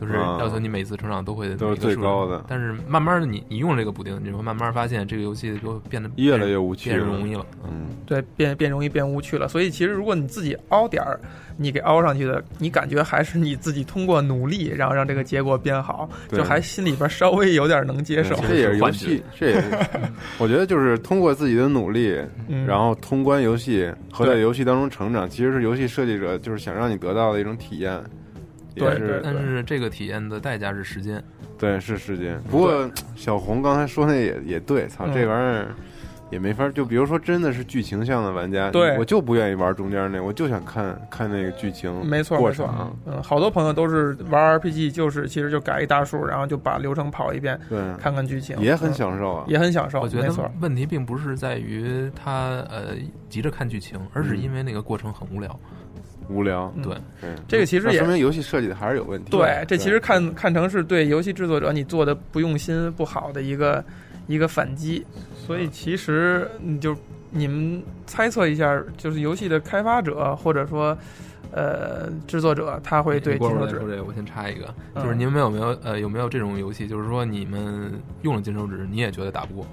S3: 就是
S9: 啊
S3: 要求你每次成长都会
S9: 都是
S3: 一个数
S9: 最高的
S3: 但是慢慢的你你用了这个补丁，你会慢慢发现这个游戏就变得
S9: 越来越无趣
S3: 变
S9: 了，
S3: 容易了。
S9: 嗯，
S2: 对，变变容易变无趣了。所以其实如果你自己凹点儿，你给凹上去的，你感觉还是你自己通过努力，然后让这个结果变好，
S9: 对
S2: 就还心里边稍微有点能接受。
S9: 这也是游戏，
S2: *laughs*
S9: 这也是，我觉得就是通过自己的努力，
S2: 嗯，
S9: 然后通关游戏和在
S2: 对
S9: 游戏当中成长，其实是游戏设计者就是想让你得到的一种体验，也
S2: 对嗯
S9: 是
S3: 但是这个体验的代价是时间，
S9: 对是时间。不过小红刚才说那也也对，操
S2: 嗯
S9: 这玩意儿。也没法儿，就比如说，真的是剧情向的玩家，
S2: 对
S9: 我就不愿意玩中间那，我就想看看那个剧情，
S2: 没错
S9: 过
S2: 没错
S9: 场，
S2: 嗯，好多朋友都是玩 RPG，就是其实就改一大数，然后就把流程跑一遍，
S9: 对，
S2: 看看剧情，
S9: 也很
S2: 嗯
S9: 享受啊，
S2: 也很享受。
S3: 我觉得
S2: 没错，
S3: 问题并不是在于他呃急着看剧情，而是因为那个过程很无聊。
S9: 无聊，
S2: 嗯
S3: 对，
S9: 嗯，
S2: 这个其实
S9: 那
S2: 也
S9: 说明游戏设计的还是有问题。
S2: 对，这其实看看成是对游戏制作者你做的不用心、不好的一个一个反击。所以其实你就你们猜测一下，就是游戏的开发者或者说呃制作者，他会对
S3: 你过
S2: 制
S3: 会
S2: 作
S3: 儿再
S2: 者
S3: 说这个，我先插一个，
S2: 嗯
S3: 就是你们有没有呃有没有这种游戏，就是说你们用了金手指，你也觉得打不过，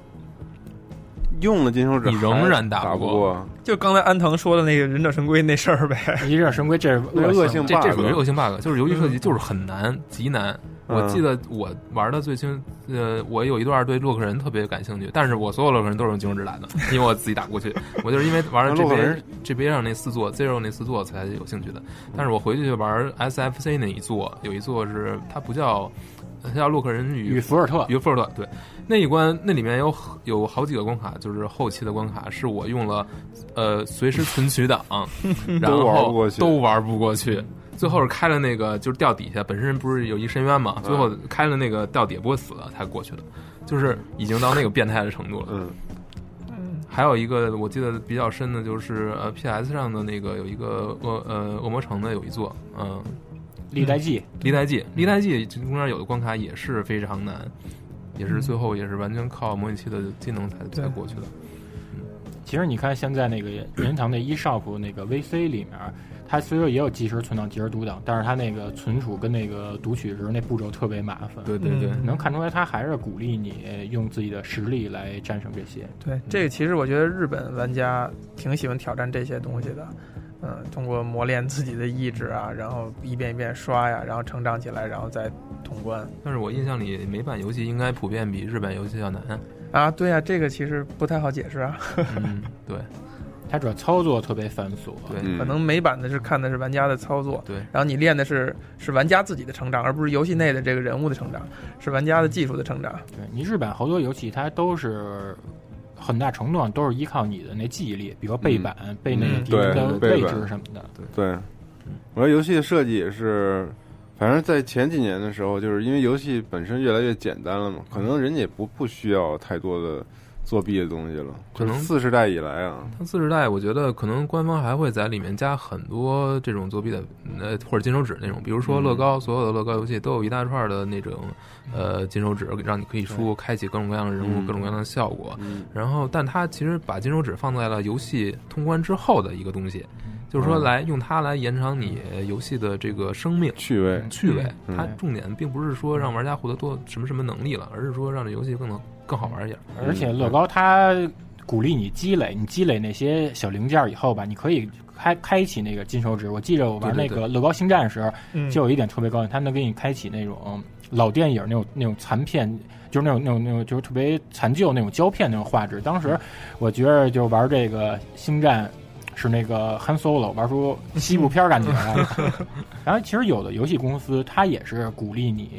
S9: 用了金手指，
S3: 你仍然
S9: 打
S3: 打不
S9: 不
S3: 过
S9: 过，
S2: 就刚才安藤说的那个忍者神龟那
S3: *laughs*
S2: 事儿呗。
S10: 一阵神龟这是
S9: 那是恶
S10: 恶
S9: 性 bug，
S3: 这这属于恶性 bug，就是游戏设计就是很难，极难。
S9: 嗯
S3: 我记得我玩的最清，呃，我有一段对洛克人特别感兴趣，但是我所有洛克人都是用金手指打的，因为我自己打不过去，我就是因为玩了
S9: 那洛克人
S3: GBA GBA 上那四座 Zero 那四座才有兴趣的。但是我回去玩 SFC 那一座，有一座是它不叫，它叫洛克人
S10: 与
S3: 与
S10: 福尔特
S3: 与福尔特，对，那一关那里面有有好几个关卡，就是后期的关卡是我用了，呃，随时存取档，然
S9: *laughs* 都玩不过
S3: 后
S9: 去
S3: 都玩不过去。最后是开了那个，就是掉底下，本身不是有一深渊嘛，最
S9: 嗯
S3: 后开了那个掉底下不会死了才过去的，就是已经到那个变态的程度了。
S9: 嗯，
S3: 还有一个我记得比较深的就是呃 PS 上的那个有一个恶呃恶魔城的有一座，嗯、
S10: 历代记，
S3: 历代记，历代记中间有的关卡也是非常难，也是最后也是完全靠模拟器的技能才才过去的。
S10: 其实你看现在那个任天堂的 eShop 那个 VC 里面，它虽说也有即时存档、即时读档，但是它那个存储跟那个读取时那步骤特别麻烦。
S3: 对对对，
S2: 嗯
S10: 能看出来，它还是鼓励你用自己的实力来战胜这些。
S2: 对，这个其实我觉得日本玩家挺喜欢挑战这些东西的，嗯，通过磨练自己的意志啊，然后一遍一遍刷呀，然后成长起来，然后再通关
S3: 但是我印象里美版游戏应该普遍比日本游戏要 *laughs* 难。
S2: 啊。对呀、这个其实不太好解释啊，
S3: 嗯，对
S10: 它主要操作特别繁琐。
S3: 对
S9: 嗯
S2: 可能美版的是看的是玩家的操作，
S3: 对，
S2: 然后你练的是是玩家自己的成长，而不是游戏内的这个人物的成长，是玩家的技术的成长。
S10: 对你日版好多游戏，它都是嗯很大程度上都是依靠你的那记忆力，比如背板、背那个
S2: 嗯
S10: 敌人的
S9: 对
S10: 位
S9: 背板
S10: 置什么的。
S9: 对。我说游戏的设计也是，反正在前几年的时候，就是因为游戏本身越来越简单了嘛，可能人家也不不需要太多的作弊的东西了。
S3: 可能
S9: 就是四世代以来啊，
S3: 它次世代我觉得可能官方还会在里面加很多这种作弊的，呃或者金手指那种，比如说乐
S9: 嗯
S3: 高，所有的乐高游戏都有一大串的那种呃金手指，让你可以输，开启各种各样的人物，
S9: 嗯
S3: 各种各样的效果。
S9: 嗯，
S3: 然后，但它其实把金手指放在了游戏通关之后的一个东西，就是说
S9: 嗯
S3: 来用它来延长你游戏的这个生命
S9: 趣味，
S3: 趣味。
S9: 嗯
S3: 它重点并不是说让玩家获得多什么什么能力了，而是说让这游戏更能更好玩一点。
S10: 而且乐高它鼓励你积累，你积累那些小零件以后吧，你可以开开启那个金手指。我记着我玩
S3: 对
S10: 那
S3: 对
S10: 个
S3: 对
S10: 乐高星战时
S3: 嗯，
S10: 就有一点特别高兴，它能给你开启那种老电影那种那种残片，就是那种那种那种就是特别残旧那种胶片那种画质。当时我觉着就玩这个星战。是那个 Han Solo 玩出西部片儿感觉来了，然后其实有的游戏公司它也是鼓励你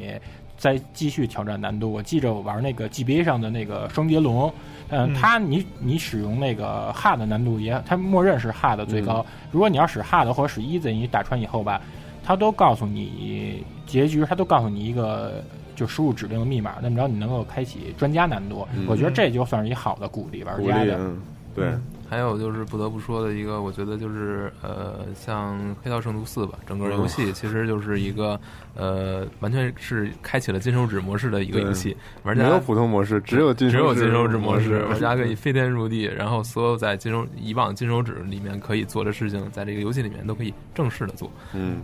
S10: 再继续挑战难度。我记着我玩那个 GBA 上的那个双截龙，嗯
S12: 嗯，
S10: 它你你使用那个 hard 难度也，它默认是 hard 最高。如果你要使 hard 或者使 easy，你打穿以后吧，它都告诉你结局，它都告诉你一个。就输入指令的密码，那么着你能够开启专家难度，
S3: 嗯
S10: 我觉得这就算是一好的鼓励玩
S9: 鼓
S10: 家
S9: 励，
S10: 的。
S9: 嗯，对，
S3: 还有就是不得不说的一个，我觉得就是呃，像《黑道圣徒四》吧，整个游戏其实就是一个呃，完全是开启了金手指模式的一个游戏
S9: 对。
S3: 玩家
S9: 没有普通模式只有金手指
S3: 只有金手指模
S9: 模
S3: 式
S9: 式，
S3: 玩家可以飞天入地，然后所有在金手以往金手指里面可以做的事情，在这个游戏里面都可以正式的做。
S9: 嗯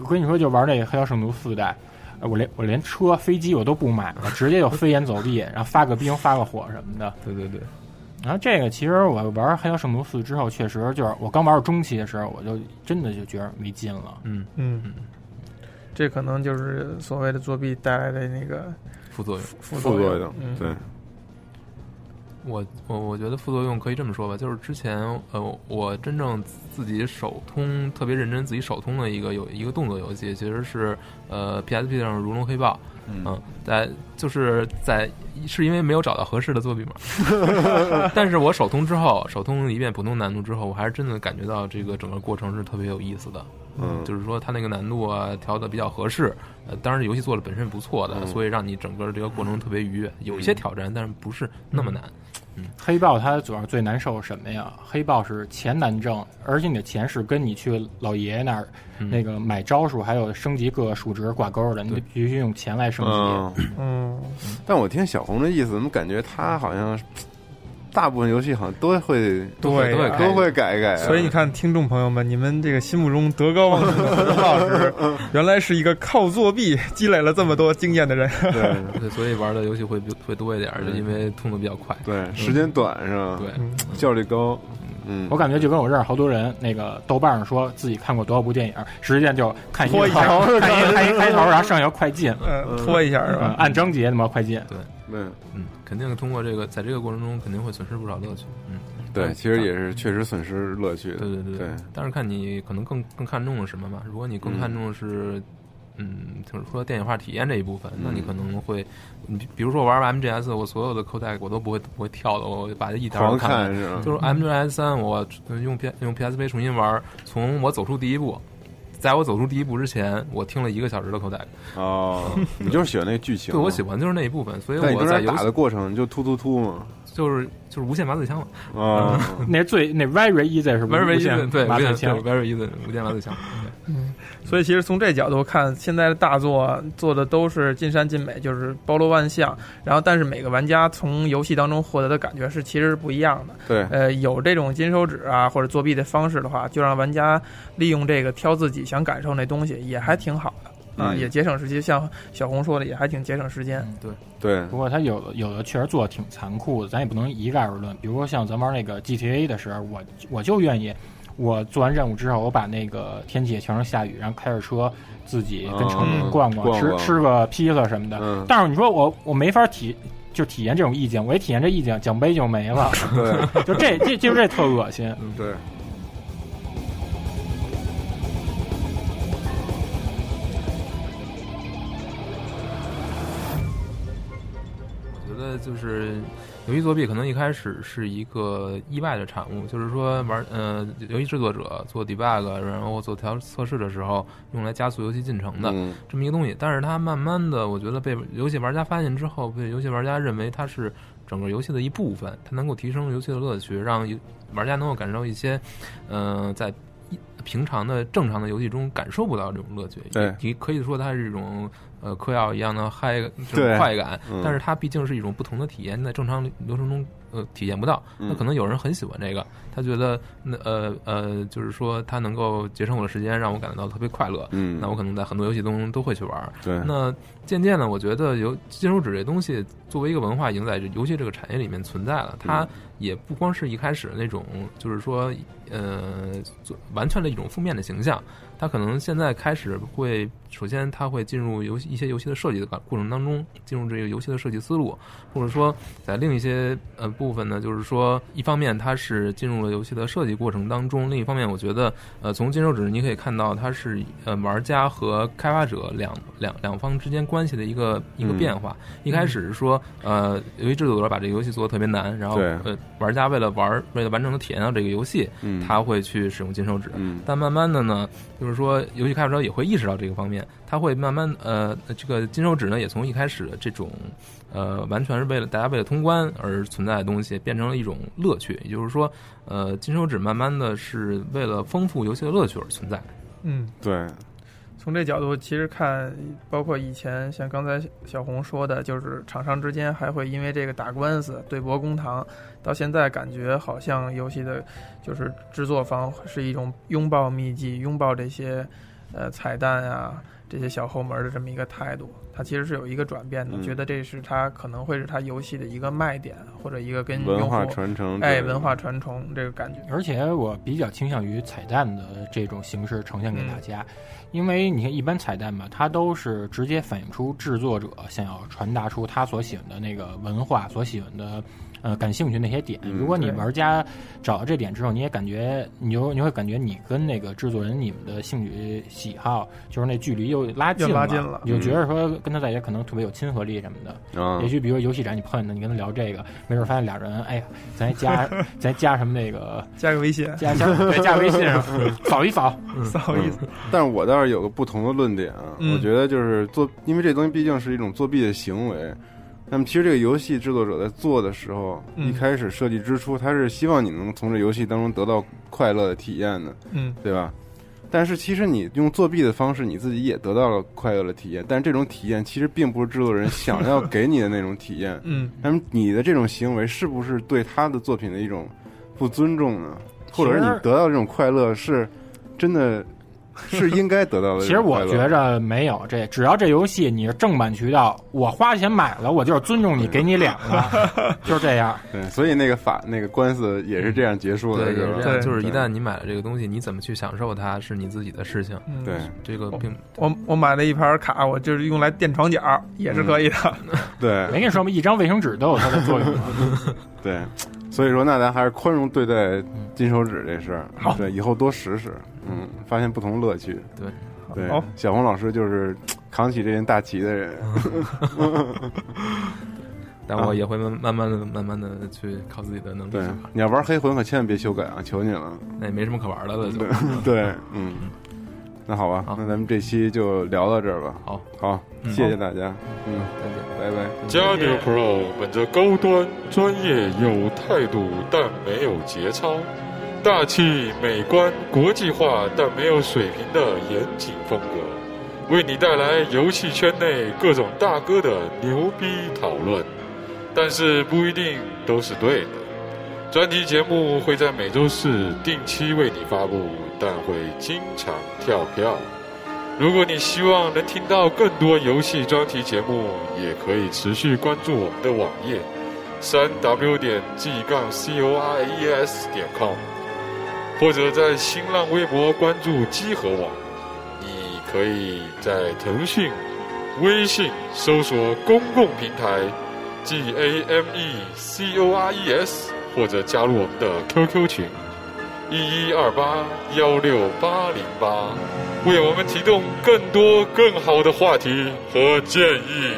S10: 我跟你说，就玩那个《黑曜圣徒四代》呃，我连我连车、飞机我都不买了，直接就飞檐走壁，然后发个冰、发个火什么的。
S3: 对对对。
S10: 然后这个其实我玩《黑曜圣徒四》之后，确实就是我刚玩到中期的时候，我就真的就觉得没劲了。
S3: 嗯
S2: 嗯，这可能就是所谓的作弊带来的那个
S3: 副作用
S2: 副
S9: 副作用
S2: 嗯，
S9: 对，
S3: 我我我觉得副作用可以这么说吧，就是之前呃，我真正自己手通特别认真自己手通的一个有一个动作游戏，其实是呃 PSP 上的《如龙黑豹》
S9: 嗯
S3: 嗯，在就是在是因为没有找到合适的作弊码， *laughs* 但是我手通之后，手通一遍普通难度之后，我还是真的感觉到这个整个过程是特别有意思的。
S9: 嗯
S3: 就是说它那个难度啊调的比较合适，呃，当然游戏做的本身不错的，
S10: 嗯
S3: 所以让你整个这个过
S9: 嗯
S3: 程特别愉悦，有一些挑战，但是不是那么难。
S10: 黑豹它主要最难受是什么呀？黑豹是钱难挣，而且你的钱是跟你去老爷爷那儿、
S3: 嗯
S10: 那个买招数，还有升级各个数值挂钩的，你得必须用钱来升级。
S2: 嗯，
S9: 但我听小红的意思，怎么感觉他好像大部分游戏好像都会
S2: 对啊
S9: 都会改一改啊，
S2: 所以你看，听众朋友们，你们这个心目中德高望重的何老
S9: *laughs*
S2: 师，原来是一个靠作弊积累了这么多经验的人。
S3: 对，所以玩的游戏会比会多一点儿，就因为通的比较快。
S9: 对，时间短是
S3: 嗯
S9: 吧？
S3: 对，嗯
S9: 效率高，嗯，
S10: 我感觉就跟我认识好多人，那个豆瓣上说自己看过多少部电影，实际上就看一
S2: 拖一下
S10: 头， *laughs* 看一看一开头，然后剩下快进，
S2: 嗯 *laughs* 拖一下是吧
S10: 嗯按章节那么快进，
S3: 对，
S9: 嗯
S3: 嗯，肯定通过这个，在这个过程中肯定会损失不少乐趣。嗯，
S9: 对，其实也是确实损失乐趣的，
S3: 对对
S9: 对对，
S3: 但是看你可能更更看重了什么吧。如果你更看重的是，嗯，就是说电影化体验这一部分，那
S9: 嗯
S3: 你可能会，你比比如说我玩完 MGS，我所有的扣带我都不会不会跳的，我把这一条
S9: 狂
S3: 看
S9: 看嗯是吧
S3: 就是 MGS 三，我用 P 用 PSP 重新玩，从我走出第一步。在我走出第一步之前，我听了一个小时的口袋。 *laughs*
S9: 哦，你就是喜欢那个剧情
S3: 对，我喜欢就是那一部分，所以
S9: 但你
S3: 我
S9: 中
S3: 在
S9: 间
S3: 游戏
S9: 打的过程你就突突突嘛，
S3: 就是就是无限麻醉枪了。 *laughs*
S9: 啊，
S10: 那最那 very easy 是不是
S3: 嗯 very
S10: 无限
S3: easy，对，
S10: 麻醉
S3: very-
S10: 枪
S3: 对，very easy，无限麻醉枪。对
S2: 所以其实从这角度看，现在的大作做的都是尽善尽美，就是包罗万象。然后，但是每个玩家从游戏当中获得的感觉是其实是不一样的。
S9: 对
S3: 哎
S2: 呃，有这种金手指啊或者作弊的方式的话，就让玩家利用这个挑自己想感受那东西，也还挺好的啊，
S10: 嗯
S2: 也节省时间。像小红说的，也还挺节省时间。
S3: 对，
S9: 对
S10: 不过它有的有的确实做的挺残酷的，咱也不能一概而论。比如说像咱玩那个 GTA 的时候，我我就愿意，我做完任务之后，我把那个天气也调成下雨，然后开着车自己跟城
S12: 嗯
S10: 里逛
S12: 逛
S10: 吃
S12: 逛
S10: 吃个披萨什么的。
S12: 嗯
S10: 但是你说我我没法体就体验这种意境，我一体验这意境，奖杯就没了。
S3: *laughs*
S9: 对，
S10: 就这这就这特恶心。
S9: 对。
S3: 我觉得就是游戏作弊，可能一开始是一个意外的产物，就是说玩呃游戏制作者做 debug，然后做调测试的时候用来加速游戏进程的、
S9: 嗯
S3: 这么一个东西。但是它慢慢的，我觉得被游戏玩家发现之后，被游戏玩家认为它是整个游戏的一部分，它能够提升游戏的乐趣，让游玩家能够感受一些，呃，在一。平常的正常的游戏中感受不到这种乐趣，
S9: 对
S3: 也可以说它是一种呃嗑药一样的嗨，这
S9: 对
S3: 种快感。
S9: 嗯
S3: 但是它毕竟是一种不同的体验，在正常流程中呃体验不到。
S9: 嗯
S3: 那可能有人很喜欢这个，他觉得那呃呃，就是说他能够节省我的时间，让我感觉到特别快乐。
S9: 嗯
S3: 那我可能在很多游戏中都会去玩。
S9: 对
S3: 那渐渐的，我觉得游金手指这东西作为一个文化，已经在这游戏这个产业里面存在了。
S9: 嗯
S3: 它也不光是一开始那种，就是说，呃，做完全的一种负面的形象。它可能现在开始会，首先它会进入游戏一些游戏的设计的过程当中，进入这个游戏的设计思路，或者说在另一些呃部分呢，就是说，一方面它是进入了游戏的设计过程当中，另一方面我觉得，呃，从金手指你可以看到，它是呃玩家和开发者两两两方之间关系的一个一个
S9: 嗯
S3: 变化。一开始是说，呃，游戏制作者把这个游戏做的特别难，然后
S9: 对
S3: 呃，玩家为了玩，为了完整的体验到这个游戏，
S9: 嗯
S3: 他会去使用金手指。
S9: 嗯
S3: 但慢慢的呢，就是说游戏开发者也会意识到这个方面，他会慢慢呃，这个金手指呢也从一开始的这种呃，完全是为了大家为了通关而存在的东西，变成了一种乐趣。也就是说，呃，金手指慢慢的是为了丰富游戏的乐趣而存在。
S2: 嗯，
S9: 对，
S2: 从这角度其实看，包括以前像刚才小红说的，就是厂商之间还会因为这个打官司、对簿公堂，到现在感觉好像游戏的，就是制作方是一种拥抱秘技、拥抱这些，呃彩蛋啊这些小后门的这么一个态度，它其实是有一个转变的，
S9: 嗯
S2: 觉得这是它可能会是它游戏的一个卖点，或者一个跟
S9: 文
S2: 用
S9: 化
S2: 户
S9: 传承之类
S2: 哎
S9: 的
S2: 文化传承这个感觉。
S10: 而且我比较倾向于彩蛋的这种形式呈
S2: 嗯
S10: 现给大家，因为你看一般彩蛋吧，它都是直接反映出制作者想要传达出他所喜欢的那个文化，所喜欢的。呃，感兴趣那些点，
S9: 嗯
S10: 如果你
S2: 对
S10: 玩家找到这点之后，你也感觉，你就你会感觉你跟那个制作人你们的兴趣喜好，就是那距离又拉近
S2: 又
S10: 了，
S2: 拉近了嗯
S10: 你就觉得说跟他在一起可能特别有亲和力什么的。
S9: 啊
S10: 也，许比如游戏展你碰见他，你跟他聊这个，没准发现俩人，哎呀，
S2: *laughs*
S10: 咱加咱加什么那个
S2: 加个微信，
S10: 加
S9: *laughs*
S10: 加对加微信上扫一扫，
S9: 嗯
S2: *laughs* 扫一扫。
S9: 但是我倒是有个不同的论点啊，
S2: 嗯
S9: 我觉得就是做，因为这东西毕竟是一种作弊的行为。那么其实这个游戏制作者在做的时候，
S2: 嗯
S9: 一开始设计之初，他是希望你能从这游戏当中得到快乐的体验的，
S2: 嗯。
S9: 对吧？但是其实你用作弊的方式，你自己也得到了快乐的体验，但这种体验其实并不是制作人想要给你的那种体验
S2: 嗯，
S9: 那么你的这种行为是不是对他的作品的一种不尊重呢？或者是你得到这种快乐是真
S10: *laughs*
S9: 的是应该得到的
S10: 其
S9: 这
S10: 实
S9: 种快
S10: 我
S9: 乐？
S10: 觉着没有这，只要这游戏你是正版渠道，我花钱买了，我就是尊重你，给你两
S9: *laughs*
S10: 个，就是这样。
S9: 对，所以那个法那个官司也是这样结束的，
S3: 对，也
S9: 是
S3: 是
S9: 吧？
S3: 这样，
S2: 对
S3: 就是一
S9: 对
S3: 旦你买了这个东西，你怎么去享受它是你自己的事情。
S2: 嗯
S9: 对
S3: 这个并
S2: 我我买了一盘卡，我就是用来垫床脚儿也
S3: 嗯
S2: 是可以的。
S9: 对
S10: 没跟你说吗？一张卫生纸都有它的作用嘛。
S9: 对，所以说那咱还是宽容对待金手指这事儿。
S2: 好
S9: 对，以后多试试，嗯，发现不同乐趣。
S3: 对
S9: 对
S2: 好，
S9: 小红老师就是扛起这件大旗的人。
S3: 嗯但我也会慢慢慢的、慢慢的去靠自己的能力去 *laughs*
S9: 对
S3: 玩，，
S9: 你要玩黑魂可千万别修改啊，求你了。
S3: 那也没什么可玩的了，就
S9: 对
S3: *laughs*
S9: 对，嗯，那好吧，
S3: 好
S9: 那咱们这期就聊到这儿吧。
S3: 好，
S9: 好，
S3: 嗯
S9: 谢谢大家，嗯，
S3: 再见。
S9: 拜拜。
S12: 加牛 Pro 本着高端、专业、有态度，但没有节操；大气、美观、国际化，但没有水平的严谨风格，为你带来游戏圈内各种大哥的牛逼讨论，但是不一定都是对的。专题节目会在每周四定期为你发布，但会经常跳票。如果你希望能听到更多游戏专题节目，也可以持续关注我们的网页，三 w 点 g 杠 c o r e s 点 com，或者在新浪微博关注机核网。你可以在腾讯、微信搜索公共平台 G A M E C O R E S，或者加入我们的 QQ 群一一二八幺六八零八。为我们提供更多更好的话题和建议。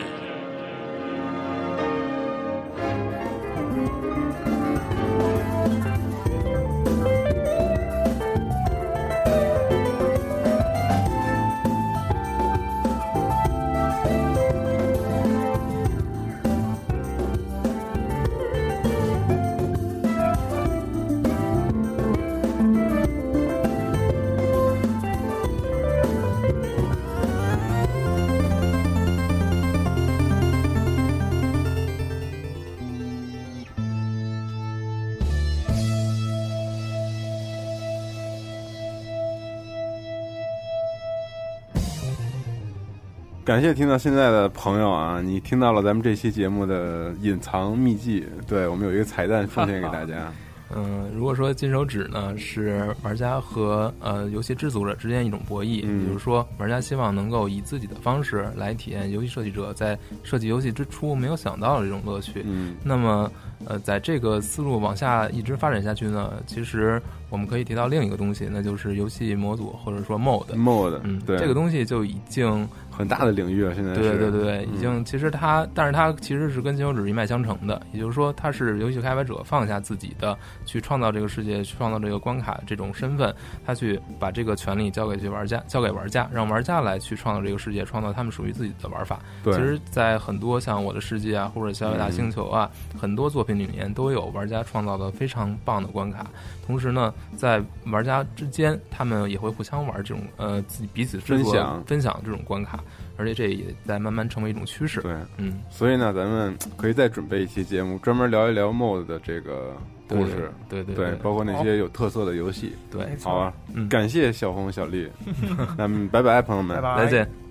S9: 感谢听到现在的朋友啊，你听到了咱们这期节目的隐藏秘技，对我们有一个彩蛋奉献给大
S3: *laughs*
S9: 家。
S3: 嗯，如果说金手指呢是玩家和呃游戏制作者之间一种博弈，
S9: 嗯
S3: 比如说玩家希望能够以自己的方式来体验游戏设计者在设计游戏之初没有想到的这种乐趣。
S9: 嗯，
S3: 那么呃，在这个思路往下一直发展下去呢，其实我们可以提到另一个东西，那就是游戏模组或者说 mod。
S9: mod，
S3: 嗯，
S9: 对
S3: 这个东西就已经
S9: 很大的领域了，啊现在是
S3: 对对对对，已
S9: 嗯
S3: 经其实它，但是它其实是跟金手指一脉相承的，也就是说，它是游戏开发者放下自己的去创造这个世界、去创造这个关卡这种身份，他去把这个权利交给去玩家，交给玩家，让玩家来去创造这个世界，创造他们属于自己的玩法。
S9: 对
S3: 其实，在很多像《我的世界》啊，或者《小野大星球》啊，
S9: 嗯
S3: 很多作品里面都有玩家创造的非常棒的关卡。同时呢，在玩家之间，他们也会互相玩这种呃自己彼此制作
S9: 分享
S3: 分享这种关卡，而且这也在慢慢成为一种趋势。
S9: 对，
S3: 嗯，
S9: 所以呢，咱们可以再准备一期节目，专门聊一聊 mod 的这个故事，
S3: 对对
S9: 对
S3: 对对
S9: 包括那些有特色的游戏，
S3: 对没错
S9: 好吧，啊
S3: 嗯 *laughs*
S9: 感谢小红小丽，那么拜拜，朋友们，
S3: 拜拜再见。